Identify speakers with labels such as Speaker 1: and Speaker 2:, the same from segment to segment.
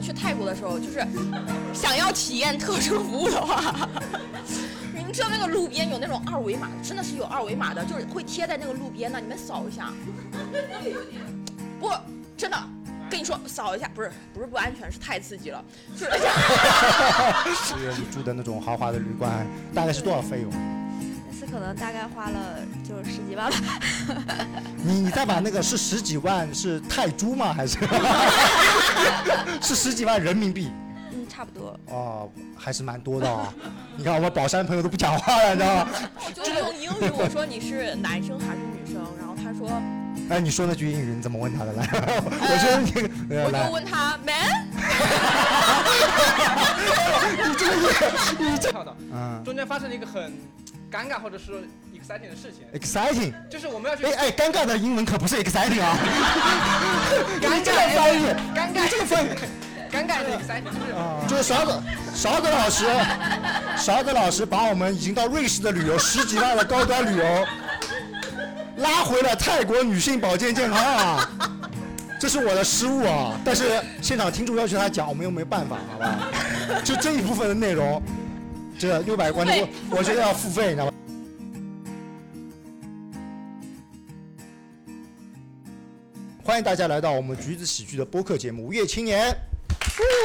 Speaker 1: 去泰国的时候，就是想要体验特殊服务的话， 你们知道那个路边有那种二维码，真的是有二维码的，就是会贴在那个路边的，你们扫一下。不，真的，跟你说扫一下，不是不是不安全，是太刺激了，就是
Speaker 2: 是住的那种豪华的旅馆，大概是多少费用？
Speaker 3: 那次可能大概花了就是十几万吧。
Speaker 2: 你你再把那个是十几万是泰铢吗？还是 是十几万人民币？
Speaker 3: 嗯，差不多。
Speaker 2: 哦，还是蛮多的啊、你看我们宝山朋友都不讲话了，你知道吗？
Speaker 1: 我就用英语我说你是男生还是女生，然后他说。
Speaker 2: 哎，你说那句英语你怎么问他的？来， 我觉得你、呃、
Speaker 1: 我就
Speaker 2: 来，
Speaker 1: 问他 man，
Speaker 2: 你这个英 语，你这
Speaker 4: 跳的，
Speaker 2: 嗯
Speaker 4: 中间发生了一个很尴尬或者是 exciting 的事情，
Speaker 2: ，exciting。
Speaker 4: 就是我们要去
Speaker 2: 哎哎，尴尬的英文可不是 exciting 啊！
Speaker 4: 尴
Speaker 2: 你这个翻译，
Speaker 4: 尴尬这个分， 尴尬的 exciting 就是
Speaker 2: 就是勺子勺子老师，勺子老师把我们已经到瑞士的旅游十几万的高端旅游，拉回了泰国女性保健健康啊！ 这是我的失误啊！但是现场听众要求他讲，我们又没办法，好吧？就这一部分的内容，这六百关注，我我觉得要付费，你知道吧？欢迎大家来到我们橘子喜剧的播客节目《午夜青年》。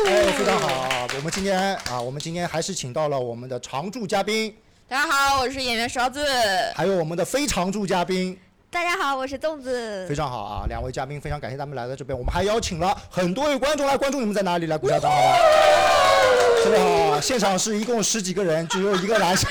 Speaker 2: 哎，非常好啊！我们今天啊，我们今天还是请到了我们的常驻嘉宾，
Speaker 1: 大家好，我是演员勺子。
Speaker 2: 还有我们的非常驻嘉宾，
Speaker 3: 大家好，我是粽
Speaker 2: 非
Speaker 3: 子。
Speaker 2: 常好啊！两位嘉宾，非常感谢他们来到这边。我们还邀请了很多位观众来，观众你们在哪里？来鼓下掌好吗？特别好啊，现场是一共十几个人，只有一个男生。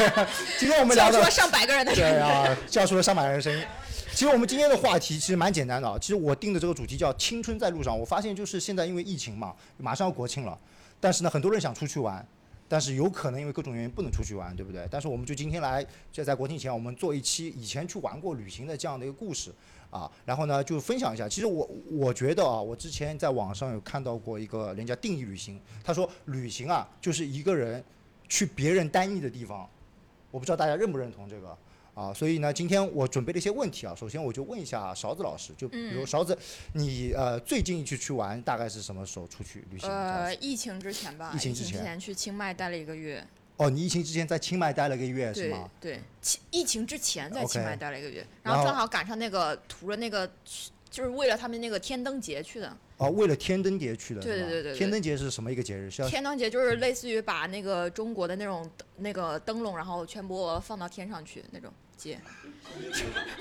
Speaker 2: 今天我们聊
Speaker 1: 叫
Speaker 2: 的
Speaker 1: 出了上百个人的
Speaker 2: 对
Speaker 1: 人，
Speaker 2: 啊，叫出了上百人的声音。其实我们今天的话题其实蛮简单的啊，其实我定的这个主题叫“青春在路上”。我发现就是现在因为疫情嘛，马上要国庆了，但是呢，很多人想出去玩，但是有可能因为各种原因不能出去玩，对不对？但是我们就今天来，就在国庆前我们做一期以前去玩过旅行的这样的一个故事啊，然后呢就分享一下。其实我我觉得啊，我之前在网上有看到过一个人家定义旅行，他说旅行啊就是一个人去别人单一的地方，我不知道大家认不认同这个啊，所以呢，今天我准备了一些问题啊，首先我就问一下勺子老师，就比
Speaker 1: 嗯
Speaker 2: 如勺子，你呃最近一次去玩大概是什么时候出去旅行？
Speaker 1: 呃，疫情之前吧，
Speaker 2: 疫
Speaker 1: 疫
Speaker 2: 情
Speaker 1: 情
Speaker 2: 之前
Speaker 1: 之前去清迈待了一个月，
Speaker 2: 哦，你疫情之前在清迈待了个月是
Speaker 1: 对
Speaker 2: 吗？
Speaker 1: 对，清疫情之前在
Speaker 2: OK
Speaker 1: 清迈待了一个月，
Speaker 2: 然
Speaker 1: 然
Speaker 2: 后
Speaker 1: 后正好赶上那个图了那个，就是为了他们那个天灯节去的。
Speaker 2: 哦，为了天灯节去的是吧。
Speaker 1: 对对对对对
Speaker 2: 天灯节是什么一个节日？是要嗯
Speaker 1: 天灯节就是类似于把那个中国的那种那个灯笼，然后全部放到天上去那种 节。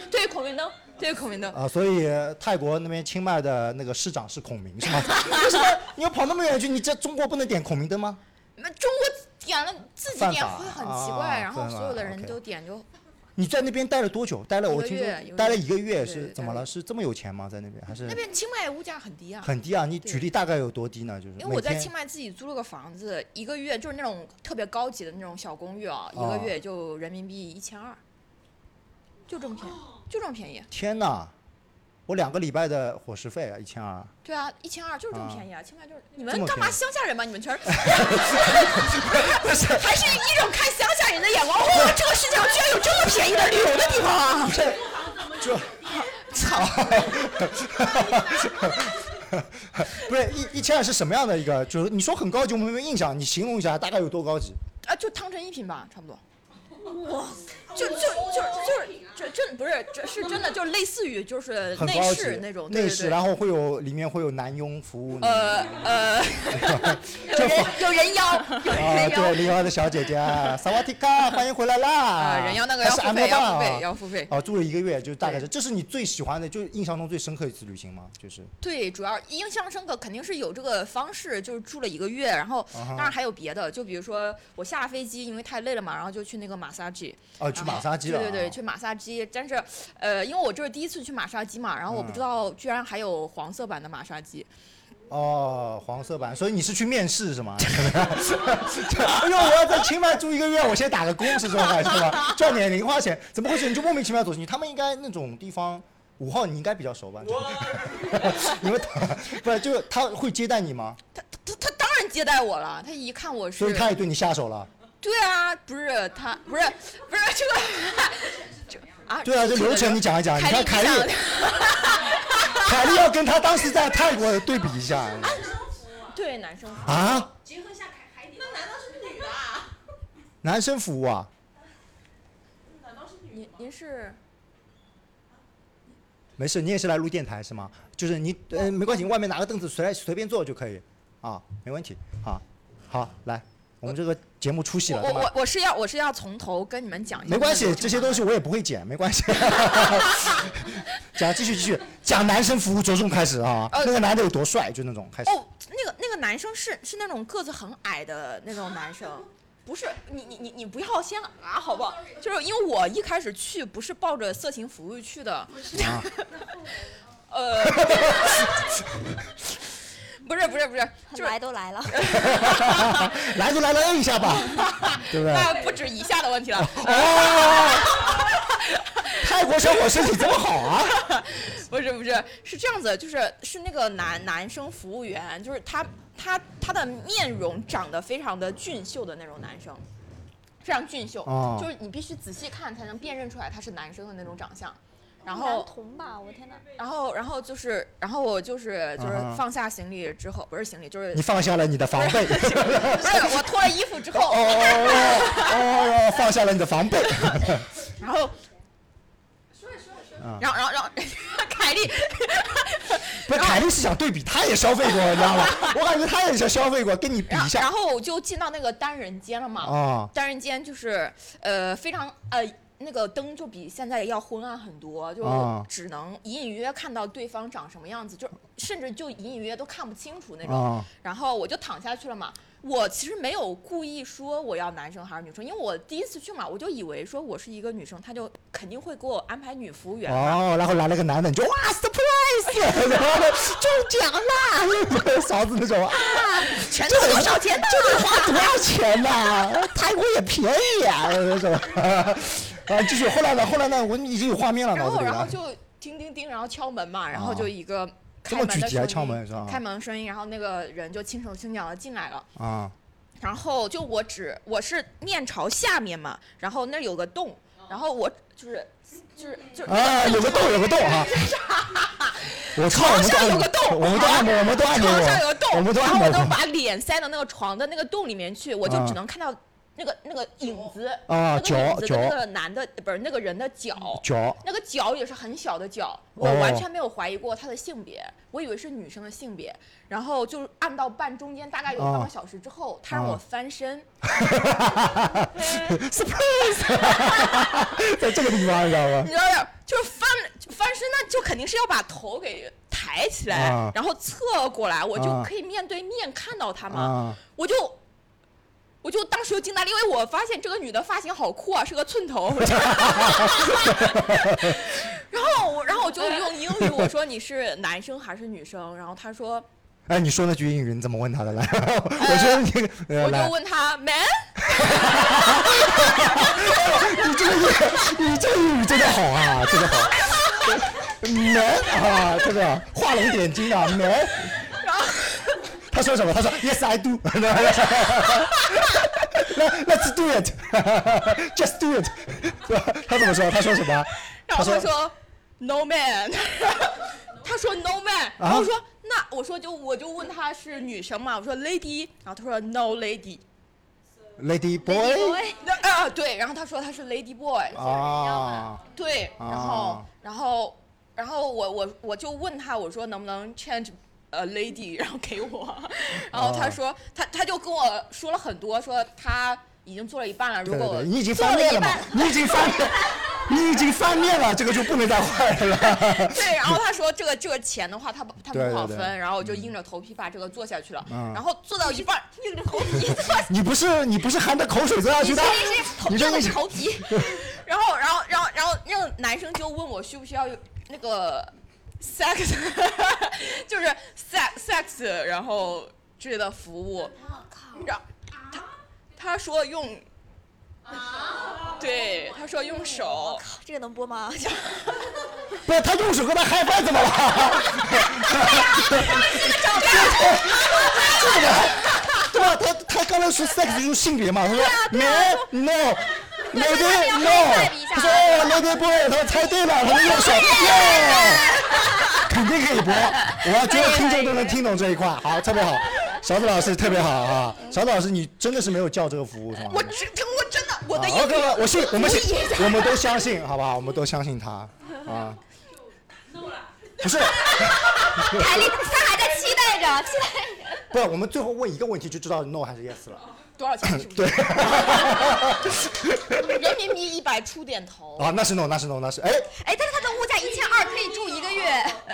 Speaker 1: 对，孔明灯，对孔明灯。
Speaker 2: 啊，所以泰国那边清迈的那个市长是孔明 是吗？为什么你要跑那么远去？你这中国不能点孔明灯吗？
Speaker 1: 那中国点了自己
Speaker 2: 犯
Speaker 1: 点
Speaker 2: 法
Speaker 1: 会很
Speaker 2: 啊
Speaker 1: 奇
Speaker 2: 啊
Speaker 1: 怪，然后
Speaker 2: 犯
Speaker 1: 所
Speaker 2: 法
Speaker 1: 有的人
Speaker 2: ，OK
Speaker 1: 都点就
Speaker 2: 你在那边待了多久？待了我
Speaker 1: 一个
Speaker 2: 听
Speaker 1: 月一
Speaker 2: 说
Speaker 1: 个
Speaker 2: 待了
Speaker 1: 月
Speaker 2: 一个
Speaker 1: 对
Speaker 2: 月是
Speaker 1: 对
Speaker 2: 怎么
Speaker 1: 待了
Speaker 2: 了？是这么有钱吗？在那边还是
Speaker 1: 那边清迈物价很低啊。
Speaker 2: 很低啊？你
Speaker 1: 对
Speaker 2: 举例大概有多低呢？就是
Speaker 1: 因
Speaker 2: 每
Speaker 1: 为我在
Speaker 2: 天
Speaker 1: 清迈自己租了个房子，一个月就是那种特别高级的那种小公寓啊，一
Speaker 2: 哦
Speaker 1: 个月就人民币一千二，就这么便宜，就这么便宜。
Speaker 2: 天哪，我两个礼拜的伙食费啊，一千 二。
Speaker 1: 对啊，一千二就是这么便宜啊！清迈就是你们
Speaker 2: 这么
Speaker 1: 干嘛
Speaker 2: 便宜
Speaker 1: 乡下人吧？你们 全是， 还是一种看乡下人的眼光。哇，这个世界上居然有这么便宜的旅游的地 方啊！
Speaker 2: 这，操！不是一一千二是什么样的一个？就是你说很高级，我们没有印象，你形容一下大概有多高级？
Speaker 1: 啊，就汤臣一品吧，差不多。哇，就就就就是这这不是这是真的，就类似于就是
Speaker 2: 很
Speaker 1: 内
Speaker 2: 高级
Speaker 1: 饰那种对
Speaker 2: 内
Speaker 1: 对
Speaker 2: 饰，
Speaker 1: 对。
Speaker 2: 然后会有里面会有男佣服务你。
Speaker 1: 呃 呃，有人有人妖，有
Speaker 2: 啊，
Speaker 1: 人妖
Speaker 2: 对，，零幺的小姐姐，萨瓦迪卡，欢迎回来啦！
Speaker 1: 呃，人妖那个
Speaker 2: 还
Speaker 1: 要
Speaker 2: 是
Speaker 1: 付
Speaker 2: 按
Speaker 1: 费，
Speaker 2: 摩
Speaker 1: 要付
Speaker 2: 棒
Speaker 1: 费，
Speaker 2: 啊！
Speaker 1: 要付费。
Speaker 2: 哦，住了一个月，就大概是，
Speaker 1: 对
Speaker 2: 这是你最喜欢的，就是印象中最深刻一次旅行吗？就是
Speaker 1: 对，主要印象深刻肯定是有这个方式，就是住了一个月，然后
Speaker 2: 啊哈
Speaker 1: 当然还有别的，就比如说我下了飞机，因为太累了嘛，然后就去那个马萨基，
Speaker 2: 哦，去马杀鸡了啊。
Speaker 1: 哎对对对，去马萨基。但是，呃，因为我这是第一次去马萨基嘛，然后我不
Speaker 2: 嗯
Speaker 1: 知道居然还有黄色版的马萨基，
Speaker 2: 哦，黄色版，所以你是去面试是吗？ 因为我要在清迈住一个月，我先打个工是这种感觉吧，赚点零花钱，怎么回事？你就莫名其妙走进去，他们应该那种地方。五号你应该比较熟吧？ 你们不是就他会接待你吗？
Speaker 1: 他他他当然接待我了，他一看我是，
Speaker 2: 所以他也对你下手了。
Speaker 1: 对啊，不是他，不是不是这个，这啊，
Speaker 2: 对啊，这流程你讲一讲。你
Speaker 1: 凯丽
Speaker 2: 看凯
Speaker 1: 讲
Speaker 2: 丽
Speaker 1: 的，
Speaker 2: 凯丽要跟他当时在泰国对比一下。
Speaker 1: 对男生服务
Speaker 2: 啊？
Speaker 5: 结合下海海底
Speaker 6: 那难道是女的啊？
Speaker 2: 男生服务啊？
Speaker 6: 难道是女
Speaker 1: 您
Speaker 6: 的吗？
Speaker 1: 您是
Speaker 2: 没事，你也是来录电台是吗？就是你，呃，没关系，外面拿个凳子随来随便坐就可以，啊，没问题，啊，好，来，我们这个节目出戏
Speaker 1: 我
Speaker 2: 了，对
Speaker 1: 我
Speaker 2: 吧？
Speaker 1: 我我是要我是要从头跟你们讲一下
Speaker 2: 没
Speaker 1: 个
Speaker 2: 关
Speaker 1: 流
Speaker 2: 系，
Speaker 1: 程
Speaker 2: 这些东西我也不会剪，没关系。讲，继续继续，讲男生服务着重开始啊，
Speaker 1: 呃
Speaker 2: 那个男的有多帅，就那种开始。
Speaker 1: 哦，那个那个男生是是那种个子很矮的那种男生，不是你你你你不要先啊好不好？就是因为我一开始去不是抱着色情服务去的，
Speaker 2: 啊
Speaker 1: 呃， 不是不是不是，就是
Speaker 3: 来都来了，
Speaker 2: 来就来了，摁一下吧，对不对？
Speaker 1: 那哎不止以下的问题了，
Speaker 2: 哦，泰国小伙身体这么好啊？
Speaker 1: 不是不是，是这样子，就是是那个男男生服务员，就是他他他的面容长得非常的俊秀的那种男生，非常俊秀，
Speaker 2: 哦
Speaker 1: 就是你必须仔细看才能辨认出来他是男生的那种长相。然
Speaker 3: 男
Speaker 1: 后，
Speaker 3: 童吧，我天哪！
Speaker 1: 然后，然后就是，然后我就是就是
Speaker 2: 啊哈
Speaker 1: 放下行李之后，不是行李，就是
Speaker 2: 你放下了你的防备，
Speaker 1: 不是我脱了衣服之
Speaker 2: 哦
Speaker 1: 后，
Speaker 2: 哦哦哦哦，放下了你的防备。
Speaker 1: 然后，
Speaker 6: 说着说着说着，
Speaker 2: 啊，
Speaker 1: 然后，然后，然后， 凯莉，
Speaker 2: 不是凯莉是想对比，她也消费过，你知道吗？我感觉她也想消费过，跟你比
Speaker 1: 然
Speaker 2: 一
Speaker 1: 后，然
Speaker 2: 下。
Speaker 1: 后我就进到那个单人间了嘛。
Speaker 2: 哦，
Speaker 1: 单人间就是呃非常呃那个灯就比现在要昏暗很多，就
Speaker 2: 啊
Speaker 1: 只能隐隐约约看到对方长什么样子，就甚至就隐隐约约都看不清楚那种。
Speaker 2: 哦，
Speaker 1: 然后我就躺下去了嘛。我其实没有故意说我要男生还是女生，因为我第一次去嘛，我就以为说我是一个女生，他就肯定会给我安排女服务员嘛。
Speaker 2: 哦，然后来了个男的，你就哇 surprise，然后中奖啦，嫂子那种啊，
Speaker 1: 全都
Speaker 2: 这
Speaker 1: 多少 钱？
Speaker 2: 这得花多少钱呐、泰国也便宜啊，那种。啊，继续，后来呢？后来呢？我已经有画面了，
Speaker 1: 然
Speaker 2: 脑子
Speaker 1: 后
Speaker 2: 里
Speaker 1: 然后
Speaker 2: 了。
Speaker 1: 就叮叮叮，然后敲门嘛，然后
Speaker 2: 啊
Speaker 1: 就一个开
Speaker 2: 这么
Speaker 1: 门
Speaker 2: 具
Speaker 1: 的
Speaker 2: 体还
Speaker 1: 声
Speaker 2: 敲门
Speaker 1: 音，
Speaker 2: 是吧？
Speaker 1: 开门声音，然后那个人就轻手轻脚的进来了。
Speaker 2: 啊，
Speaker 1: 然后就我只我是面朝下面嘛，然后那儿有个洞，然后我就是就是就是
Speaker 2: 啊，有个洞，有个洞哈、我靠，我们都
Speaker 1: 床上
Speaker 2: 按
Speaker 1: 有
Speaker 2: 摩
Speaker 1: 个洞
Speaker 2: 我们都按摩，我们都按摩
Speaker 1: 床
Speaker 2: 过，
Speaker 1: 上有个洞，
Speaker 2: 我们都
Speaker 1: 然后
Speaker 2: 按摩
Speaker 1: 我 都
Speaker 2: 过
Speaker 1: 把脸塞到那个床的那个洞里面去，我就
Speaker 2: 啊
Speaker 1: 只能看到那个那个影子
Speaker 2: 啊
Speaker 1: 那个影
Speaker 2: 脚
Speaker 1: 子
Speaker 2: 脚
Speaker 1: 跟那个男的不是那个人的脚，
Speaker 2: 脚
Speaker 1: 那个脚也是很小的脚，我
Speaker 2: 哦
Speaker 1: 完全没有怀疑过他的性别，我以为是女生的性别，然后就按到半中间，大概有
Speaker 2: 啊
Speaker 1: 半个小时之后，他让
Speaker 2: 啊
Speaker 1: 我翻身，
Speaker 2: 在这个地方，你知道吗
Speaker 1: 你？知道呀，就是翻翻身，那就肯定是要把头给抬起来，
Speaker 2: 啊
Speaker 1: 然后侧过来，我就
Speaker 2: 啊
Speaker 1: 可以面对面看到他嘛。
Speaker 2: 啊，
Speaker 1: 我就我就当时就惊呆了，因为我发现这个女的发型好酷啊，是个寸头。 我就然后我然后我就用英语我说你是男生还是女生，然后她说
Speaker 2: 哎，你说那句英语你怎么问他的 来？我觉得你这个呃
Speaker 1: 我就
Speaker 2: 来，
Speaker 1: 问她 man，
Speaker 2: 你这个英语，你这个英语真的好啊，真的好。 能啊，这个画龙点睛啊，能。他说什么？他说 Yes I do 。Let's do it, just do it，对吧？他怎么说？他说什么？
Speaker 1: 然后
Speaker 2: 他
Speaker 1: 她
Speaker 2: 说
Speaker 1: 说 no man，她说 no man，然后我
Speaker 2: 啊
Speaker 1: 说那我说就我就问她是女生嘛，我说 lady，然后她说 no lady，
Speaker 2: Lady boy
Speaker 3: 哎
Speaker 1: 那啊对，然后她说她是 lady boy，
Speaker 2: 啊，
Speaker 1: 对，然后、
Speaker 2: 啊
Speaker 1: 然后然后我我我就问他，我说能不能 change 呃 lady，然后给我，然后
Speaker 2: 啊
Speaker 1: 他说、他他就跟我说了很多，说他已经做了一半了，如
Speaker 2: 对
Speaker 1: 果
Speaker 2: 对
Speaker 1: 我
Speaker 2: 对，你已经
Speaker 1: 做
Speaker 2: 翻
Speaker 1: 了一
Speaker 2: 面了嘛
Speaker 1: 半，
Speaker 2: 你已经翻面，你已经翻面了，这个就不能再换了。
Speaker 1: 对，然后他说这个这个钱的话，他不他
Speaker 2: 对
Speaker 1: 不
Speaker 2: 对
Speaker 1: 好
Speaker 2: 对
Speaker 1: 分，然后我就硬着头皮把这个做下去了，
Speaker 2: 嗯
Speaker 1: 然后做到一半儿硬着头皮 做下去。
Speaker 2: 你不是你不是含着口水走下去的， 你
Speaker 1: 你这
Speaker 2: 这
Speaker 1: 个
Speaker 2: 个
Speaker 1: 是头皮。 然后，然后，然后，然后那个男生就问我需不需要有那个 sex，就是 sex sex，然后之类的服务。然后他他说用，对，他说用手。
Speaker 3: 靠哎这个能播吗？
Speaker 2: 不是他用手跟他嗨翻怎么了？这个对吧？他他刚才说 sex 就是性别嘛，他说 man no。
Speaker 3: 对
Speaker 2: lady
Speaker 3: 他们
Speaker 2: no，
Speaker 3: 要嗨翻一下
Speaker 2: 啊他说哦 lady boy，他说猜对啊了，他们用手，耶，肯定可以播，我要觉得听众都能听懂这一块，好，特别好，勺子老师特别好啊！勺子老师，你真的是没有叫这个服务是吗？
Speaker 1: 我真我真的我的
Speaker 2: 啊，OK，我信，我们信
Speaker 1: 我的意，
Speaker 2: 我们都相信，好不好？我们都相信他啊！不是，
Speaker 3: 凯丽，他还在期待着，期待着。
Speaker 2: 不是，我们最后问一个问题就知道 no 还是 yes 了。
Speaker 1: 多少钱？是不是？对， 人民币一百出点头。
Speaker 2: 啊，那是 no，那是 no，那是哎，
Speaker 3: 哎，但是他的物价一千二，可以住一个 月。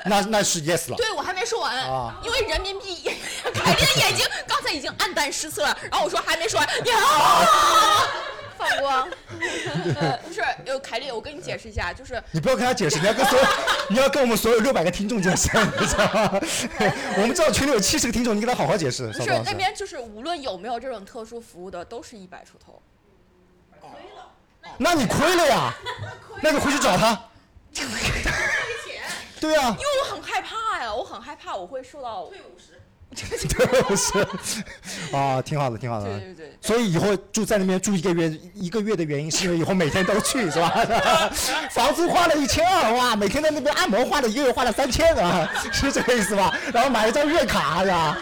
Speaker 2: 那那是 yes 了。
Speaker 1: 对，我还没说完，
Speaker 2: 啊
Speaker 1: 因为人民币， 凯莉的眼睛刚才已经暗淡失色了，然后我说还没说完，呀，
Speaker 3: 放光，
Speaker 1: 不是，呃，凯莉，我跟你解释一下，就是
Speaker 2: 你不要跟他解释，你要跟所有，你要跟我们所有六百个听众解释，你知道吗？我们知道群里有七十个听众，你给他好好解释。
Speaker 1: 不
Speaker 2: 小
Speaker 1: 是
Speaker 2: 赵老师
Speaker 1: 那边就是无论有没有这种特殊服务的，都是一百出头。
Speaker 2: 那你亏了呀，那你回去找他。对呀、
Speaker 1: 因为我很害怕呀，我很害怕我会受到。
Speaker 6: 退五十，
Speaker 2: 对，不是，啊，挺好的，挺好
Speaker 1: 对
Speaker 2: 的。
Speaker 1: 对对，
Speaker 2: 所以以后住在那边住一个月，一个月的原因是因为以后每天都去， 是吧？房租花了一千二，哇，每天在那边按摩花了一个月花了三千啊，是这个意思吧？然后买了张月卡，是 吧？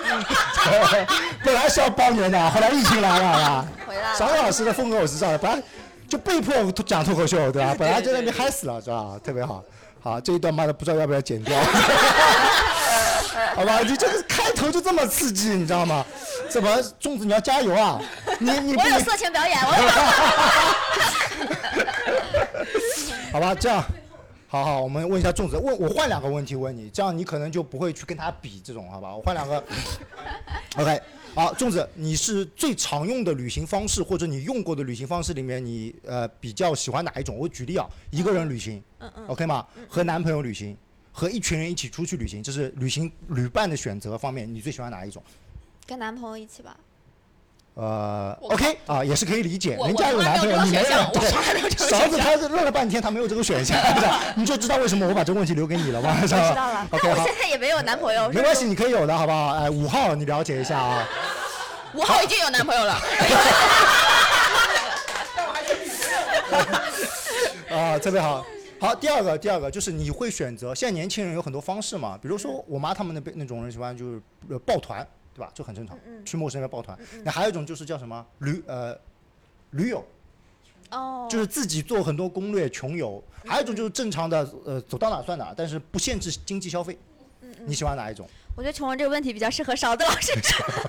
Speaker 2: 本来是要包年的，后来疫情来了，是吧？
Speaker 3: 回来
Speaker 2: 小
Speaker 3: 了。
Speaker 2: 老师的风格我知道的，本来就被迫讲脱口秀，对吧？本来在那边嗨死了，是吧？特别好，好这一段妈的不知道要不要剪掉，好 吧？你这个开头就这么刺激，你知道吗？怎么粽子你要加油啊？你你不
Speaker 3: 我有色情表演，我有。
Speaker 2: 好吧？这样，好好，我们问一下粽子，问我换两个问题问你，这样你可能就不会去跟他比这种，好吧？我 换两个，OK。好，粽子，你是最常用的旅行方式，或者你用过的旅行方式里面，你呃比较喜欢哪一种？我举例啊，一个人旅行，
Speaker 3: 嗯嗯
Speaker 2: OK 吗？和男朋友旅行，和一群人一起出去旅行，这是旅行旅伴的选择方面，你最喜欢哪一种？
Speaker 3: 跟男朋友一起吧。
Speaker 2: 呃
Speaker 1: 我
Speaker 2: ，OK 啊，也是可以理解，
Speaker 1: 我
Speaker 2: 人家有
Speaker 1: 我从来
Speaker 2: 男朋
Speaker 1: 没有
Speaker 2: 友，你
Speaker 1: 这
Speaker 2: 没
Speaker 1: 个
Speaker 2: 有
Speaker 1: 选项，我
Speaker 2: 对
Speaker 1: 从来没有这个
Speaker 2: 勺
Speaker 1: 选
Speaker 2: 子
Speaker 1: 项。
Speaker 2: 他愣了半天，他没有这个选项，是 吧你就知道为什么我把这个问题留给你了吧？我知
Speaker 3: 我知道了，
Speaker 2: 啊 OK
Speaker 3: 但我
Speaker 2: 好，
Speaker 3: 现在也没有男朋友。
Speaker 2: 没关系，。你可以有的，好不好？哎，五号你了解一下啊。
Speaker 1: 五号已经有男朋友了，
Speaker 2: 啊，特别好。好，第二个，第二个就是你会选择，现在年轻人有很多方式嘛，比如
Speaker 3: 嗯
Speaker 2: 说我妈他们那边那种人喜欢就是呃抱团，对吧？这很正常，
Speaker 3: 嗯嗯
Speaker 2: 去陌生人抱团。那还有一种就是叫什么驴呃驴友，
Speaker 3: 哦。嗯
Speaker 2: 就是自己做很多攻略穷游；还有一种就是正常的呃走到哪算哪，但是不限制经济消费。
Speaker 3: 嗯
Speaker 2: 你喜欢哪一种？
Speaker 3: 我觉得穷人这个问题比较适合勺子老师。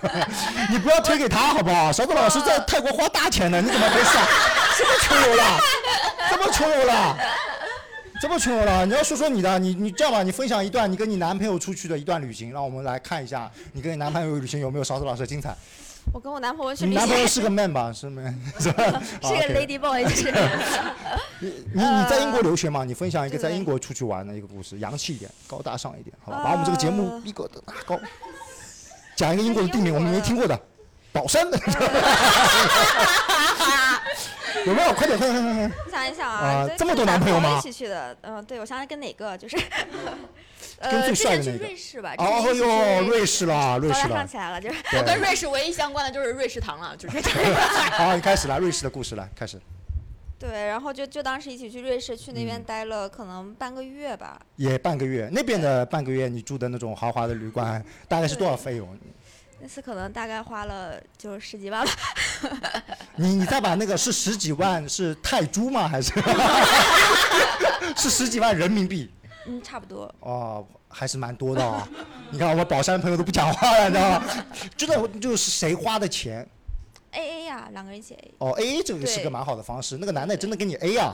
Speaker 2: 你不要推给他好不好？勺子老师
Speaker 3: 嗯
Speaker 2: 在泰国花大钱呢， 你怎么回事啊？什么穷游 了？怎么穷游了？怎么穷游了？你要说说你的，你你这样吧，你分享一段你跟你男朋友出去的一段旅行，让我们来看一下你跟你男朋友旅行有没有勺子老师的精彩。
Speaker 3: 我跟我男朋友去
Speaker 2: 你
Speaker 3: 旅
Speaker 2: 男朋友
Speaker 3: 行，
Speaker 2: 是个 man 吧？是 man，是吧？
Speaker 3: 是
Speaker 2: 啊
Speaker 3: 个
Speaker 2: ，OK
Speaker 3: lady boy，就是。
Speaker 2: 你你你在英国留学吗？你分享一个在英国出去玩的一个故事，洋气一点，高大上一点，好吧？
Speaker 3: 啊
Speaker 2: 把我们这个节目逼格的拉高，讲一个英国的地名，我们没听过的，宝山的， 有没有？快点，快点，快点快点！
Speaker 3: 我想一想
Speaker 2: 啊
Speaker 3: 啊，
Speaker 2: 这么多男朋友吗
Speaker 3: 一起去的，嗯，对，我想想跟哪个， 就是，
Speaker 2: 跟
Speaker 3: 呃，
Speaker 2: 最
Speaker 3: 之
Speaker 2: 帅的
Speaker 3: 前去
Speaker 2: 那个
Speaker 3: 瑞士吧。
Speaker 2: 哦
Speaker 3: 之前一起去
Speaker 2: 哟，瑞士啦，瑞
Speaker 3: 高
Speaker 2: 士
Speaker 3: 大上
Speaker 2: 啦，
Speaker 3: 起来了，就是
Speaker 1: 我跟
Speaker 2: 对，
Speaker 1: 瑞士唯一相关的就是瑞士糖了，就是
Speaker 2: 好，你开始了，瑞士的故事来开始，
Speaker 3: 对，然后就就当时一起去瑞士，去那
Speaker 2: 嗯
Speaker 3: 边待了可能半个月吧，
Speaker 2: 也半个月，那边的半个月你住的那种豪华的旅馆，大概是多少费用？
Speaker 3: 那次可能大概花了就十几万吧，
Speaker 2: 你你再把那个是十几万是泰铢吗？还是是十几万人民币？
Speaker 3: 嗯，差不多。
Speaker 2: 哦，还是蛮多的哦。你看我们宝山朋友都不讲话了，你知道吗？真的就是谁花的钱
Speaker 3: A A 呀，两个人一起 A。
Speaker 2: 哦，A A 这个是
Speaker 3: 对
Speaker 2: 个蛮好的方式。那个男的也真的给你 A 啊，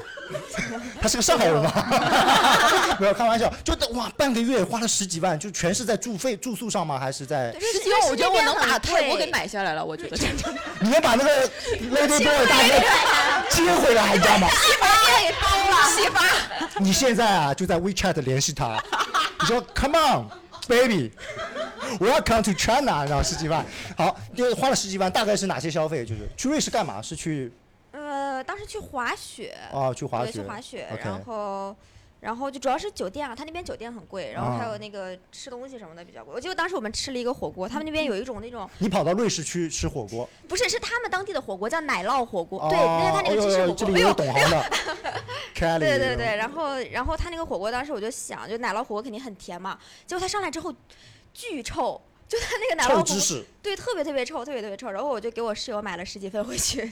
Speaker 2: 他是个上海人吧？没有开玩笑，就哇，半个月花了十几万，就全是在住费住宿上吗？还是在
Speaker 3: 对，
Speaker 1: 十
Speaker 3: 瑞
Speaker 1: 几
Speaker 3: 士，
Speaker 1: 万
Speaker 3: 瑞，
Speaker 1: 我
Speaker 3: 士
Speaker 1: 觉得我
Speaker 3: 那边
Speaker 1: 能把
Speaker 3: 很
Speaker 1: 泰国给
Speaker 3: 贵。
Speaker 1: 买下来了，我 觉得真的。
Speaker 2: 你能把那 个 Lady Boy 大哥接回来，你知道吗？
Speaker 3: 把给包了。
Speaker 1: 西发，
Speaker 2: 你现在啊，就在 WeChat 联系他，你说 Come on, baby, welcome to China，然后十几万，好，就花了十几万，大概是哪些消费？就是去瑞士干嘛？是去
Speaker 3: 呃，当时去滑雪，
Speaker 2: 哦，去滑
Speaker 3: 对，
Speaker 2: 雪
Speaker 3: 去，滑雪
Speaker 2: OK
Speaker 3: 然后。然后就主要是酒店啊，他那边酒店很贵，然后还
Speaker 2: 啊
Speaker 3: 有那个吃东西什么的比较贵。我记得当时我们吃了一个火锅，他们那
Speaker 2: 嗯
Speaker 3: 边有一种那种
Speaker 2: 你跑到瑞士去吃火锅，
Speaker 3: 不是是他们当地的火锅，叫奶酪火锅。
Speaker 2: 哦，
Speaker 3: 对，那是他那
Speaker 2: 哎
Speaker 3: 个
Speaker 2: 呦
Speaker 3: 芝士
Speaker 2: 呦
Speaker 3: 火
Speaker 2: 这
Speaker 3: 锅。
Speaker 2: 里
Speaker 3: 哎
Speaker 2: 有
Speaker 3: 呦，
Speaker 2: 懂行 的，Kelly，
Speaker 3: 对对对，，然后然后他那个火锅，当时我就想，就奶酪火锅肯定很甜嘛，结果他上来之后巨臭，就他那个奶酪
Speaker 2: 臭
Speaker 3: 火
Speaker 2: 芝
Speaker 3: 锅，
Speaker 2: 士，
Speaker 3: 对，特别特别臭，特别特别臭。然后我就给我室友买了十几份回 去。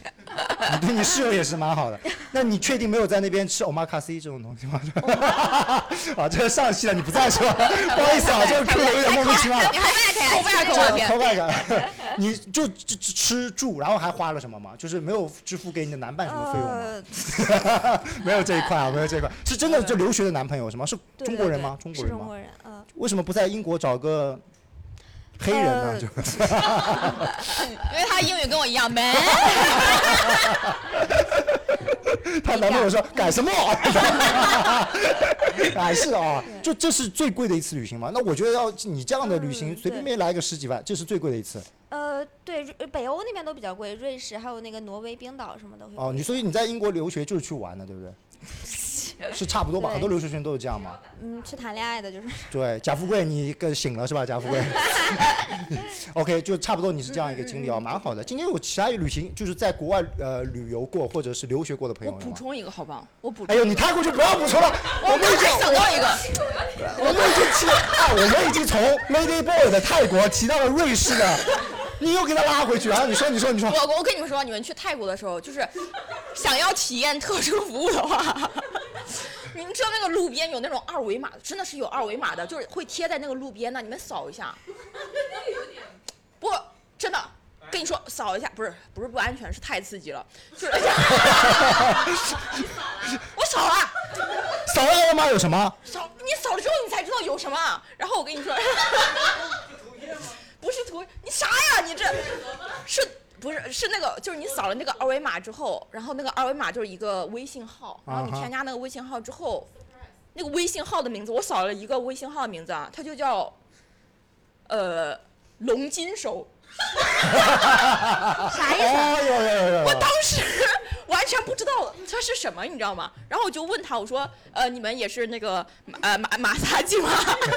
Speaker 2: 你对你室友也是蛮 好的。那你确定没有在那边吃 omakase 这种东西吗？ 啊，这是上戏了，你不在是吧？不好意思啊，这个 Q 有点莫名其 妙了。
Speaker 1: 你还卖给口外口 外
Speaker 2: 这
Speaker 1: 边，
Speaker 2: 超外感，你就只只吃住，然后还花了什么吗？就是没有支付给你的男伴什么费用吗？
Speaker 3: 呃，
Speaker 2: 没有这一块啊，没有这一块，是真的就留学的男朋友是吗？是
Speaker 3: 对
Speaker 2: 中
Speaker 3: 对
Speaker 2: 国人
Speaker 3: 对
Speaker 2: 吗？中国
Speaker 3: 是
Speaker 2: 人
Speaker 3: 中
Speaker 2: 吗？
Speaker 3: 国人，嗯。
Speaker 2: 为什么不在英国找个黑人呢？
Speaker 3: 呃
Speaker 2: 就
Speaker 1: 因为他英语跟我一样 man。
Speaker 2: 她男朋友说改什么 啊？哎，是啊，就这是最贵的一次旅行嘛？那我觉得要你这样的旅行，
Speaker 3: 嗯
Speaker 2: 随便
Speaker 3: 对
Speaker 2: 便来个十几万，这是最贵的一次
Speaker 3: 呃，对，瑞北欧那边都比较贵，瑞士还有那个挪威、冰岛什么的会贵。
Speaker 2: 哦。你所以你在英国留学就是去玩的，对不对？是差不多吧？
Speaker 3: 对
Speaker 2: 很多留学生都是这样嘛。
Speaker 3: 嗯，去谈恋爱的就是
Speaker 2: 对，贾富贵，你个醒了是吧？贾富贵，OK，就差不多你是这样一个经历啊，蛮好的。今天有其他旅行，就是在国外呃旅游过或者是留学过的朋
Speaker 1: 我
Speaker 2: 友有
Speaker 1: 补
Speaker 2: 吗？
Speaker 1: 充一个好不好？我补
Speaker 2: 哎
Speaker 1: 充。
Speaker 2: 呦，你太过去不要补充了，我们已经
Speaker 1: 还想到一个，
Speaker 2: 我们已经提，哎，我们已经从 Lady Boy 的泰国提到了瑞士的，你又给他拉回去啊？你说，你说，你说，
Speaker 1: 我我跟你们说，你们去泰国的时候，就是想要体验特殊服务的话，你们知道那个路边有那种二维码的，真的是有二维码的，就是会贴在那个路边的，你们扫一下。不，真的。跟你说，扫一下不是不是不安全，是太刺激了，就是 我扫了，
Speaker 2: 扫二维码有什么？
Speaker 1: 扫你扫了之后你才知道有什么。啊然后我跟你说， 不是图，你啥呀？你这是不是是那个？就是你扫了那个二维码之后，然后那个二维码就是一个微信号，然后你
Speaker 2: 啊哈
Speaker 1: 添加那个微信号之后，那个微信号的名字，我扫了一个微信号的名字啊，它就叫呃龙金手。
Speaker 3: 啥意思？啊
Speaker 2: 哦，有有有有
Speaker 1: 我
Speaker 2: 有
Speaker 1: 当时 完全不知道它是什么，你知道吗？然后我就问他，我说，呃，你们也是那个呃马马萨鸡吗？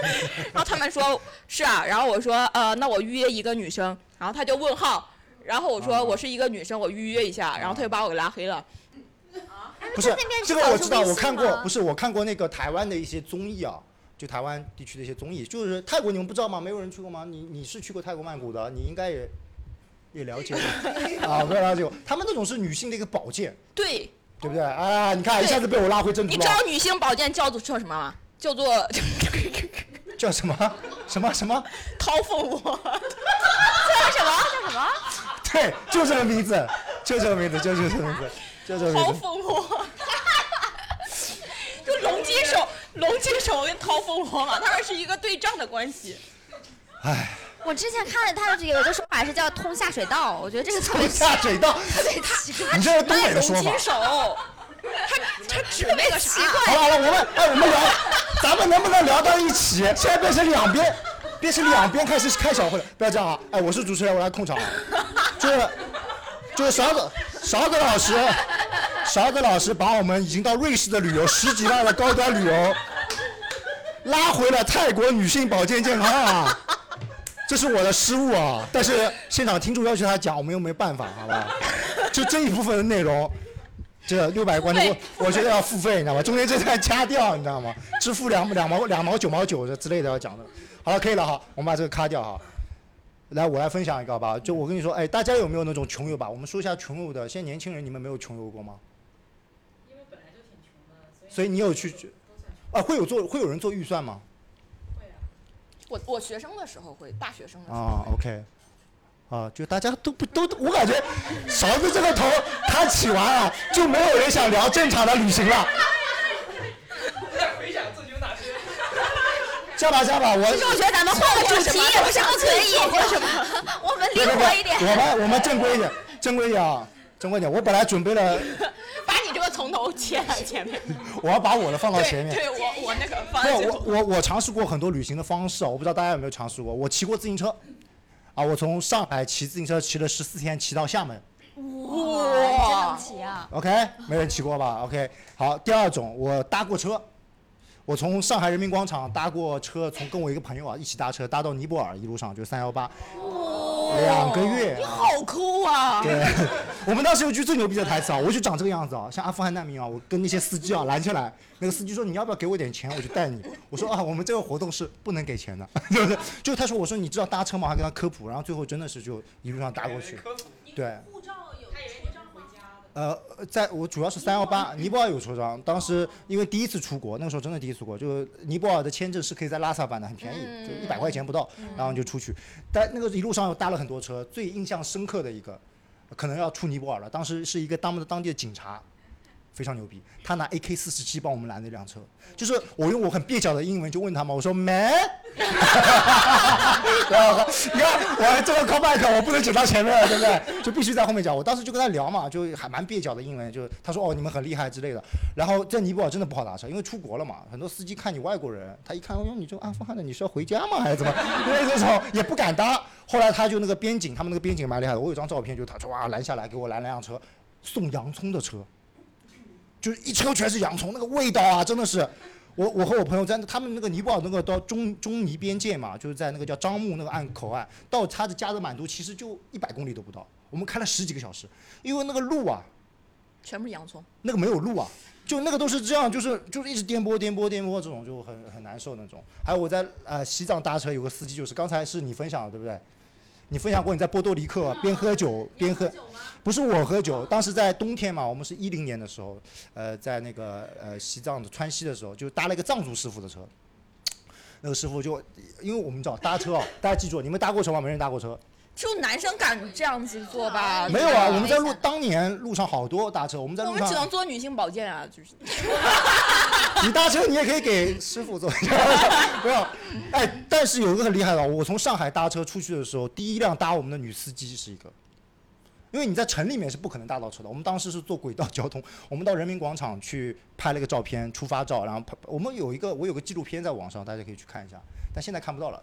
Speaker 1: 然后他们说是啊，然后我说，呃，那我预约一个女生，然后他就问号，然后我说我是一个女生，我预约一下，然后他就把我给拉黑了。
Speaker 2: 不是
Speaker 3: 那边
Speaker 2: 这个
Speaker 3: 扫
Speaker 2: 我
Speaker 3: 出
Speaker 2: 知道，
Speaker 3: 微
Speaker 2: 我
Speaker 3: 信
Speaker 2: 看过，
Speaker 3: 吗
Speaker 2: 不是我看过那个台湾的一些综艺啊，就台湾地区的一些综艺，就是泰国你们不知道吗？没有人去过吗？你你是去过泰国曼谷的，你应该也也了解啊，没有了解过。他们那种是女性的一个保健，
Speaker 1: 对，
Speaker 2: 对不对？啊，你看一下子被我拉回正
Speaker 1: 你
Speaker 2: 途
Speaker 1: 知道
Speaker 2: 了，
Speaker 1: 女性保健叫做叫什么吗？叫做
Speaker 2: 叫什么什么什么？
Speaker 1: 掏凤窝。
Speaker 2: 对，就这个名字，就这个名字，就就这个名字，就这个
Speaker 1: 掏
Speaker 2: 名字。
Speaker 1: 蜂窝， 就龙金手，龙金手跟掏蜂窝嘛，他们是一个对仗的关系。
Speaker 3: 我之前看了他有一个说法是叫通下水道，我觉得这个特别
Speaker 2: 下水道，
Speaker 3: 奇怪。
Speaker 2: 你这是东
Speaker 1: 卖
Speaker 2: 北的
Speaker 1: 龙
Speaker 2: 说法
Speaker 1: 金。手，他他指那个啥？
Speaker 2: 好了好了，我们哎，我们聊，咱们能不能聊到一起？现在变成两边，变成两边开始开小会了，不要这样啊！哎，我是主持人，我来控场啊。就是就是勺子勺子老师，勺子老师把我们已经到瑞士的旅游十几万的高端旅游，拉回了泰国女性保健健康啊。 这是我的失误啊！但是现场听众要求他讲，我们又没办法，好吧？就这一部分的内容，这六百观众，我我觉得要付费，你知道吗？中间这段掐掉，你知道吗？支付两两毛两毛九毛九这之类的要讲的。好了，可以了哈，我们把这个卡掉哈。来，我来分享一个好吧？就我跟你说，哎，大家有没有那种穷游吧？我们说一下穷游的。现在年轻人，你们没有穷游过吗？
Speaker 6: 因为本来就挺穷的，所以
Speaker 2: 所以你有去啊？会有做会有人做预算吗？
Speaker 1: 我我学生的时候会，大学生的时候
Speaker 2: 啊，OK，啊，就大家都不都，我感觉勺子这个头他起完啊，就没有人想聊正常的旅行了。
Speaker 4: 有点回想自己有哪些。
Speaker 2: 这样吧，这样吧，我
Speaker 3: 其实我觉得咱们换个主题也不是不可以， 我们灵活一点。
Speaker 2: 我们我们正规一点，正规一点啊，正规一点。我本来准备了，
Speaker 1: 把你这个从头切到前面，
Speaker 2: 我要把我的放到
Speaker 1: 对
Speaker 2: 前面。
Speaker 1: 对，我我那个方
Speaker 2: 没
Speaker 1: 案
Speaker 2: 有，
Speaker 1: 就
Speaker 2: 我我我尝试过很多旅行的方式啊，我不知道大家有没有尝试过。我骑过自行车，啊，我从上海骑自行车骑了十四天，骑到厦门。
Speaker 1: 哇
Speaker 3: 真能骑啊！
Speaker 2: OK，没人骑过吧？OK，好，第二种，我搭过车，我从上海人民广场搭过车，从跟我一个朋友啊一起搭车搭到尼泊尔，一路上就三幺八，两个月
Speaker 1: 你
Speaker 2: 啊，
Speaker 1: 好抠啊！
Speaker 2: 对，我们当时有句最牛逼的台词啊，我就长这个样子啊，像阿富汗难民啊，我跟那些司机啊拦下来，那个司机说你要不要给我点钱，我就带你。我说啊，我们这个活动是不能给钱的，对不对？就他说我说你知道搭车吗？还跟他科普，然后最后真的是就一路上搭过去。
Speaker 4: 科普
Speaker 2: 对，
Speaker 6: 护照有出张回家的，
Speaker 2: 呃，在我主要是三幺八，尼泊尔有出张，当时因为第一次出国，那个时候真的第一次出国，就尼泊尔的签证是可以在拉萨办的，很便宜，就一百块钱不到，然后你就出去。但那个一路上搭了很多车，最印象深刻的一个，可能要出尼泊尔了，当时是一个他们的当地的警察。非常牛逼，他拿 AK 四十七帮我们拦那辆车，就是我用我很蹩脚的英文就问他嘛，我说 man，然后你看我还这么 call back，我不能走到前面了，对不对？就必须在后面讲。我当时就跟他聊嘛，就还蛮蹩脚的英文，就他说哦你们很厉害之类的。然后在尼泊尔真的不好打车，因为出国了嘛，很多司机看你外国人，他一看，哟、你这阿富汗的，你是要回家吗还是怎么？因为这种也不敢搭。后来他就那个边警，他们那个边警蛮厉害的，我有张照片，就他说哇拦下来给我拦辆车，送洋葱的车。就是一车全是洋葱，那个味道啊，真的是。我我和我朋友在他们那个尼泊尔那个到中中尼边界嘛，就是在那个叫樟木那个岸口岸，到他的加德满都其实就一百公里都不到，我们开了十几个小时，因为那个路啊，
Speaker 1: 全部是洋葱。
Speaker 2: 那个没有路啊，就那个都是这样，就是就是一直颠簸颠簸颠簸，这种就很很难受那种。还有我在呃西藏搭车有个司机，就是刚才是你分享的对不对？你分享过你在波多黎各边喝 酒边喝，不是我喝酒，当时在冬天嘛，我们是一零年的时候，呃，在那个呃西藏的川西的时候，就搭了一个藏族师傅的车。那个师傅就，因为我们知道搭车哦，大家记住，你们搭过车吗？没人搭过车。
Speaker 1: 只有男生敢这样子做吧？
Speaker 2: 没有啊，
Speaker 1: 这个
Speaker 2: 我们在路当年路上好多搭车，我们在
Speaker 1: 我
Speaker 2: 路
Speaker 1: 们只
Speaker 2: 上
Speaker 1: 能做女性保健啊，就是
Speaker 2: 你搭车你也可以给师傅做， 不要。哎，但是有一个很厉害的，啊我从上海搭车出去的时候，第一辆搭我们的女司机是一个，因为你在城里面是不可能搭到车的。我们当时是坐轨道交通，我们到人民广场去拍了个照片，出发照，然后拍。我们有一个我有个纪录片在网上，大家可以去看一下，但现在看不到了。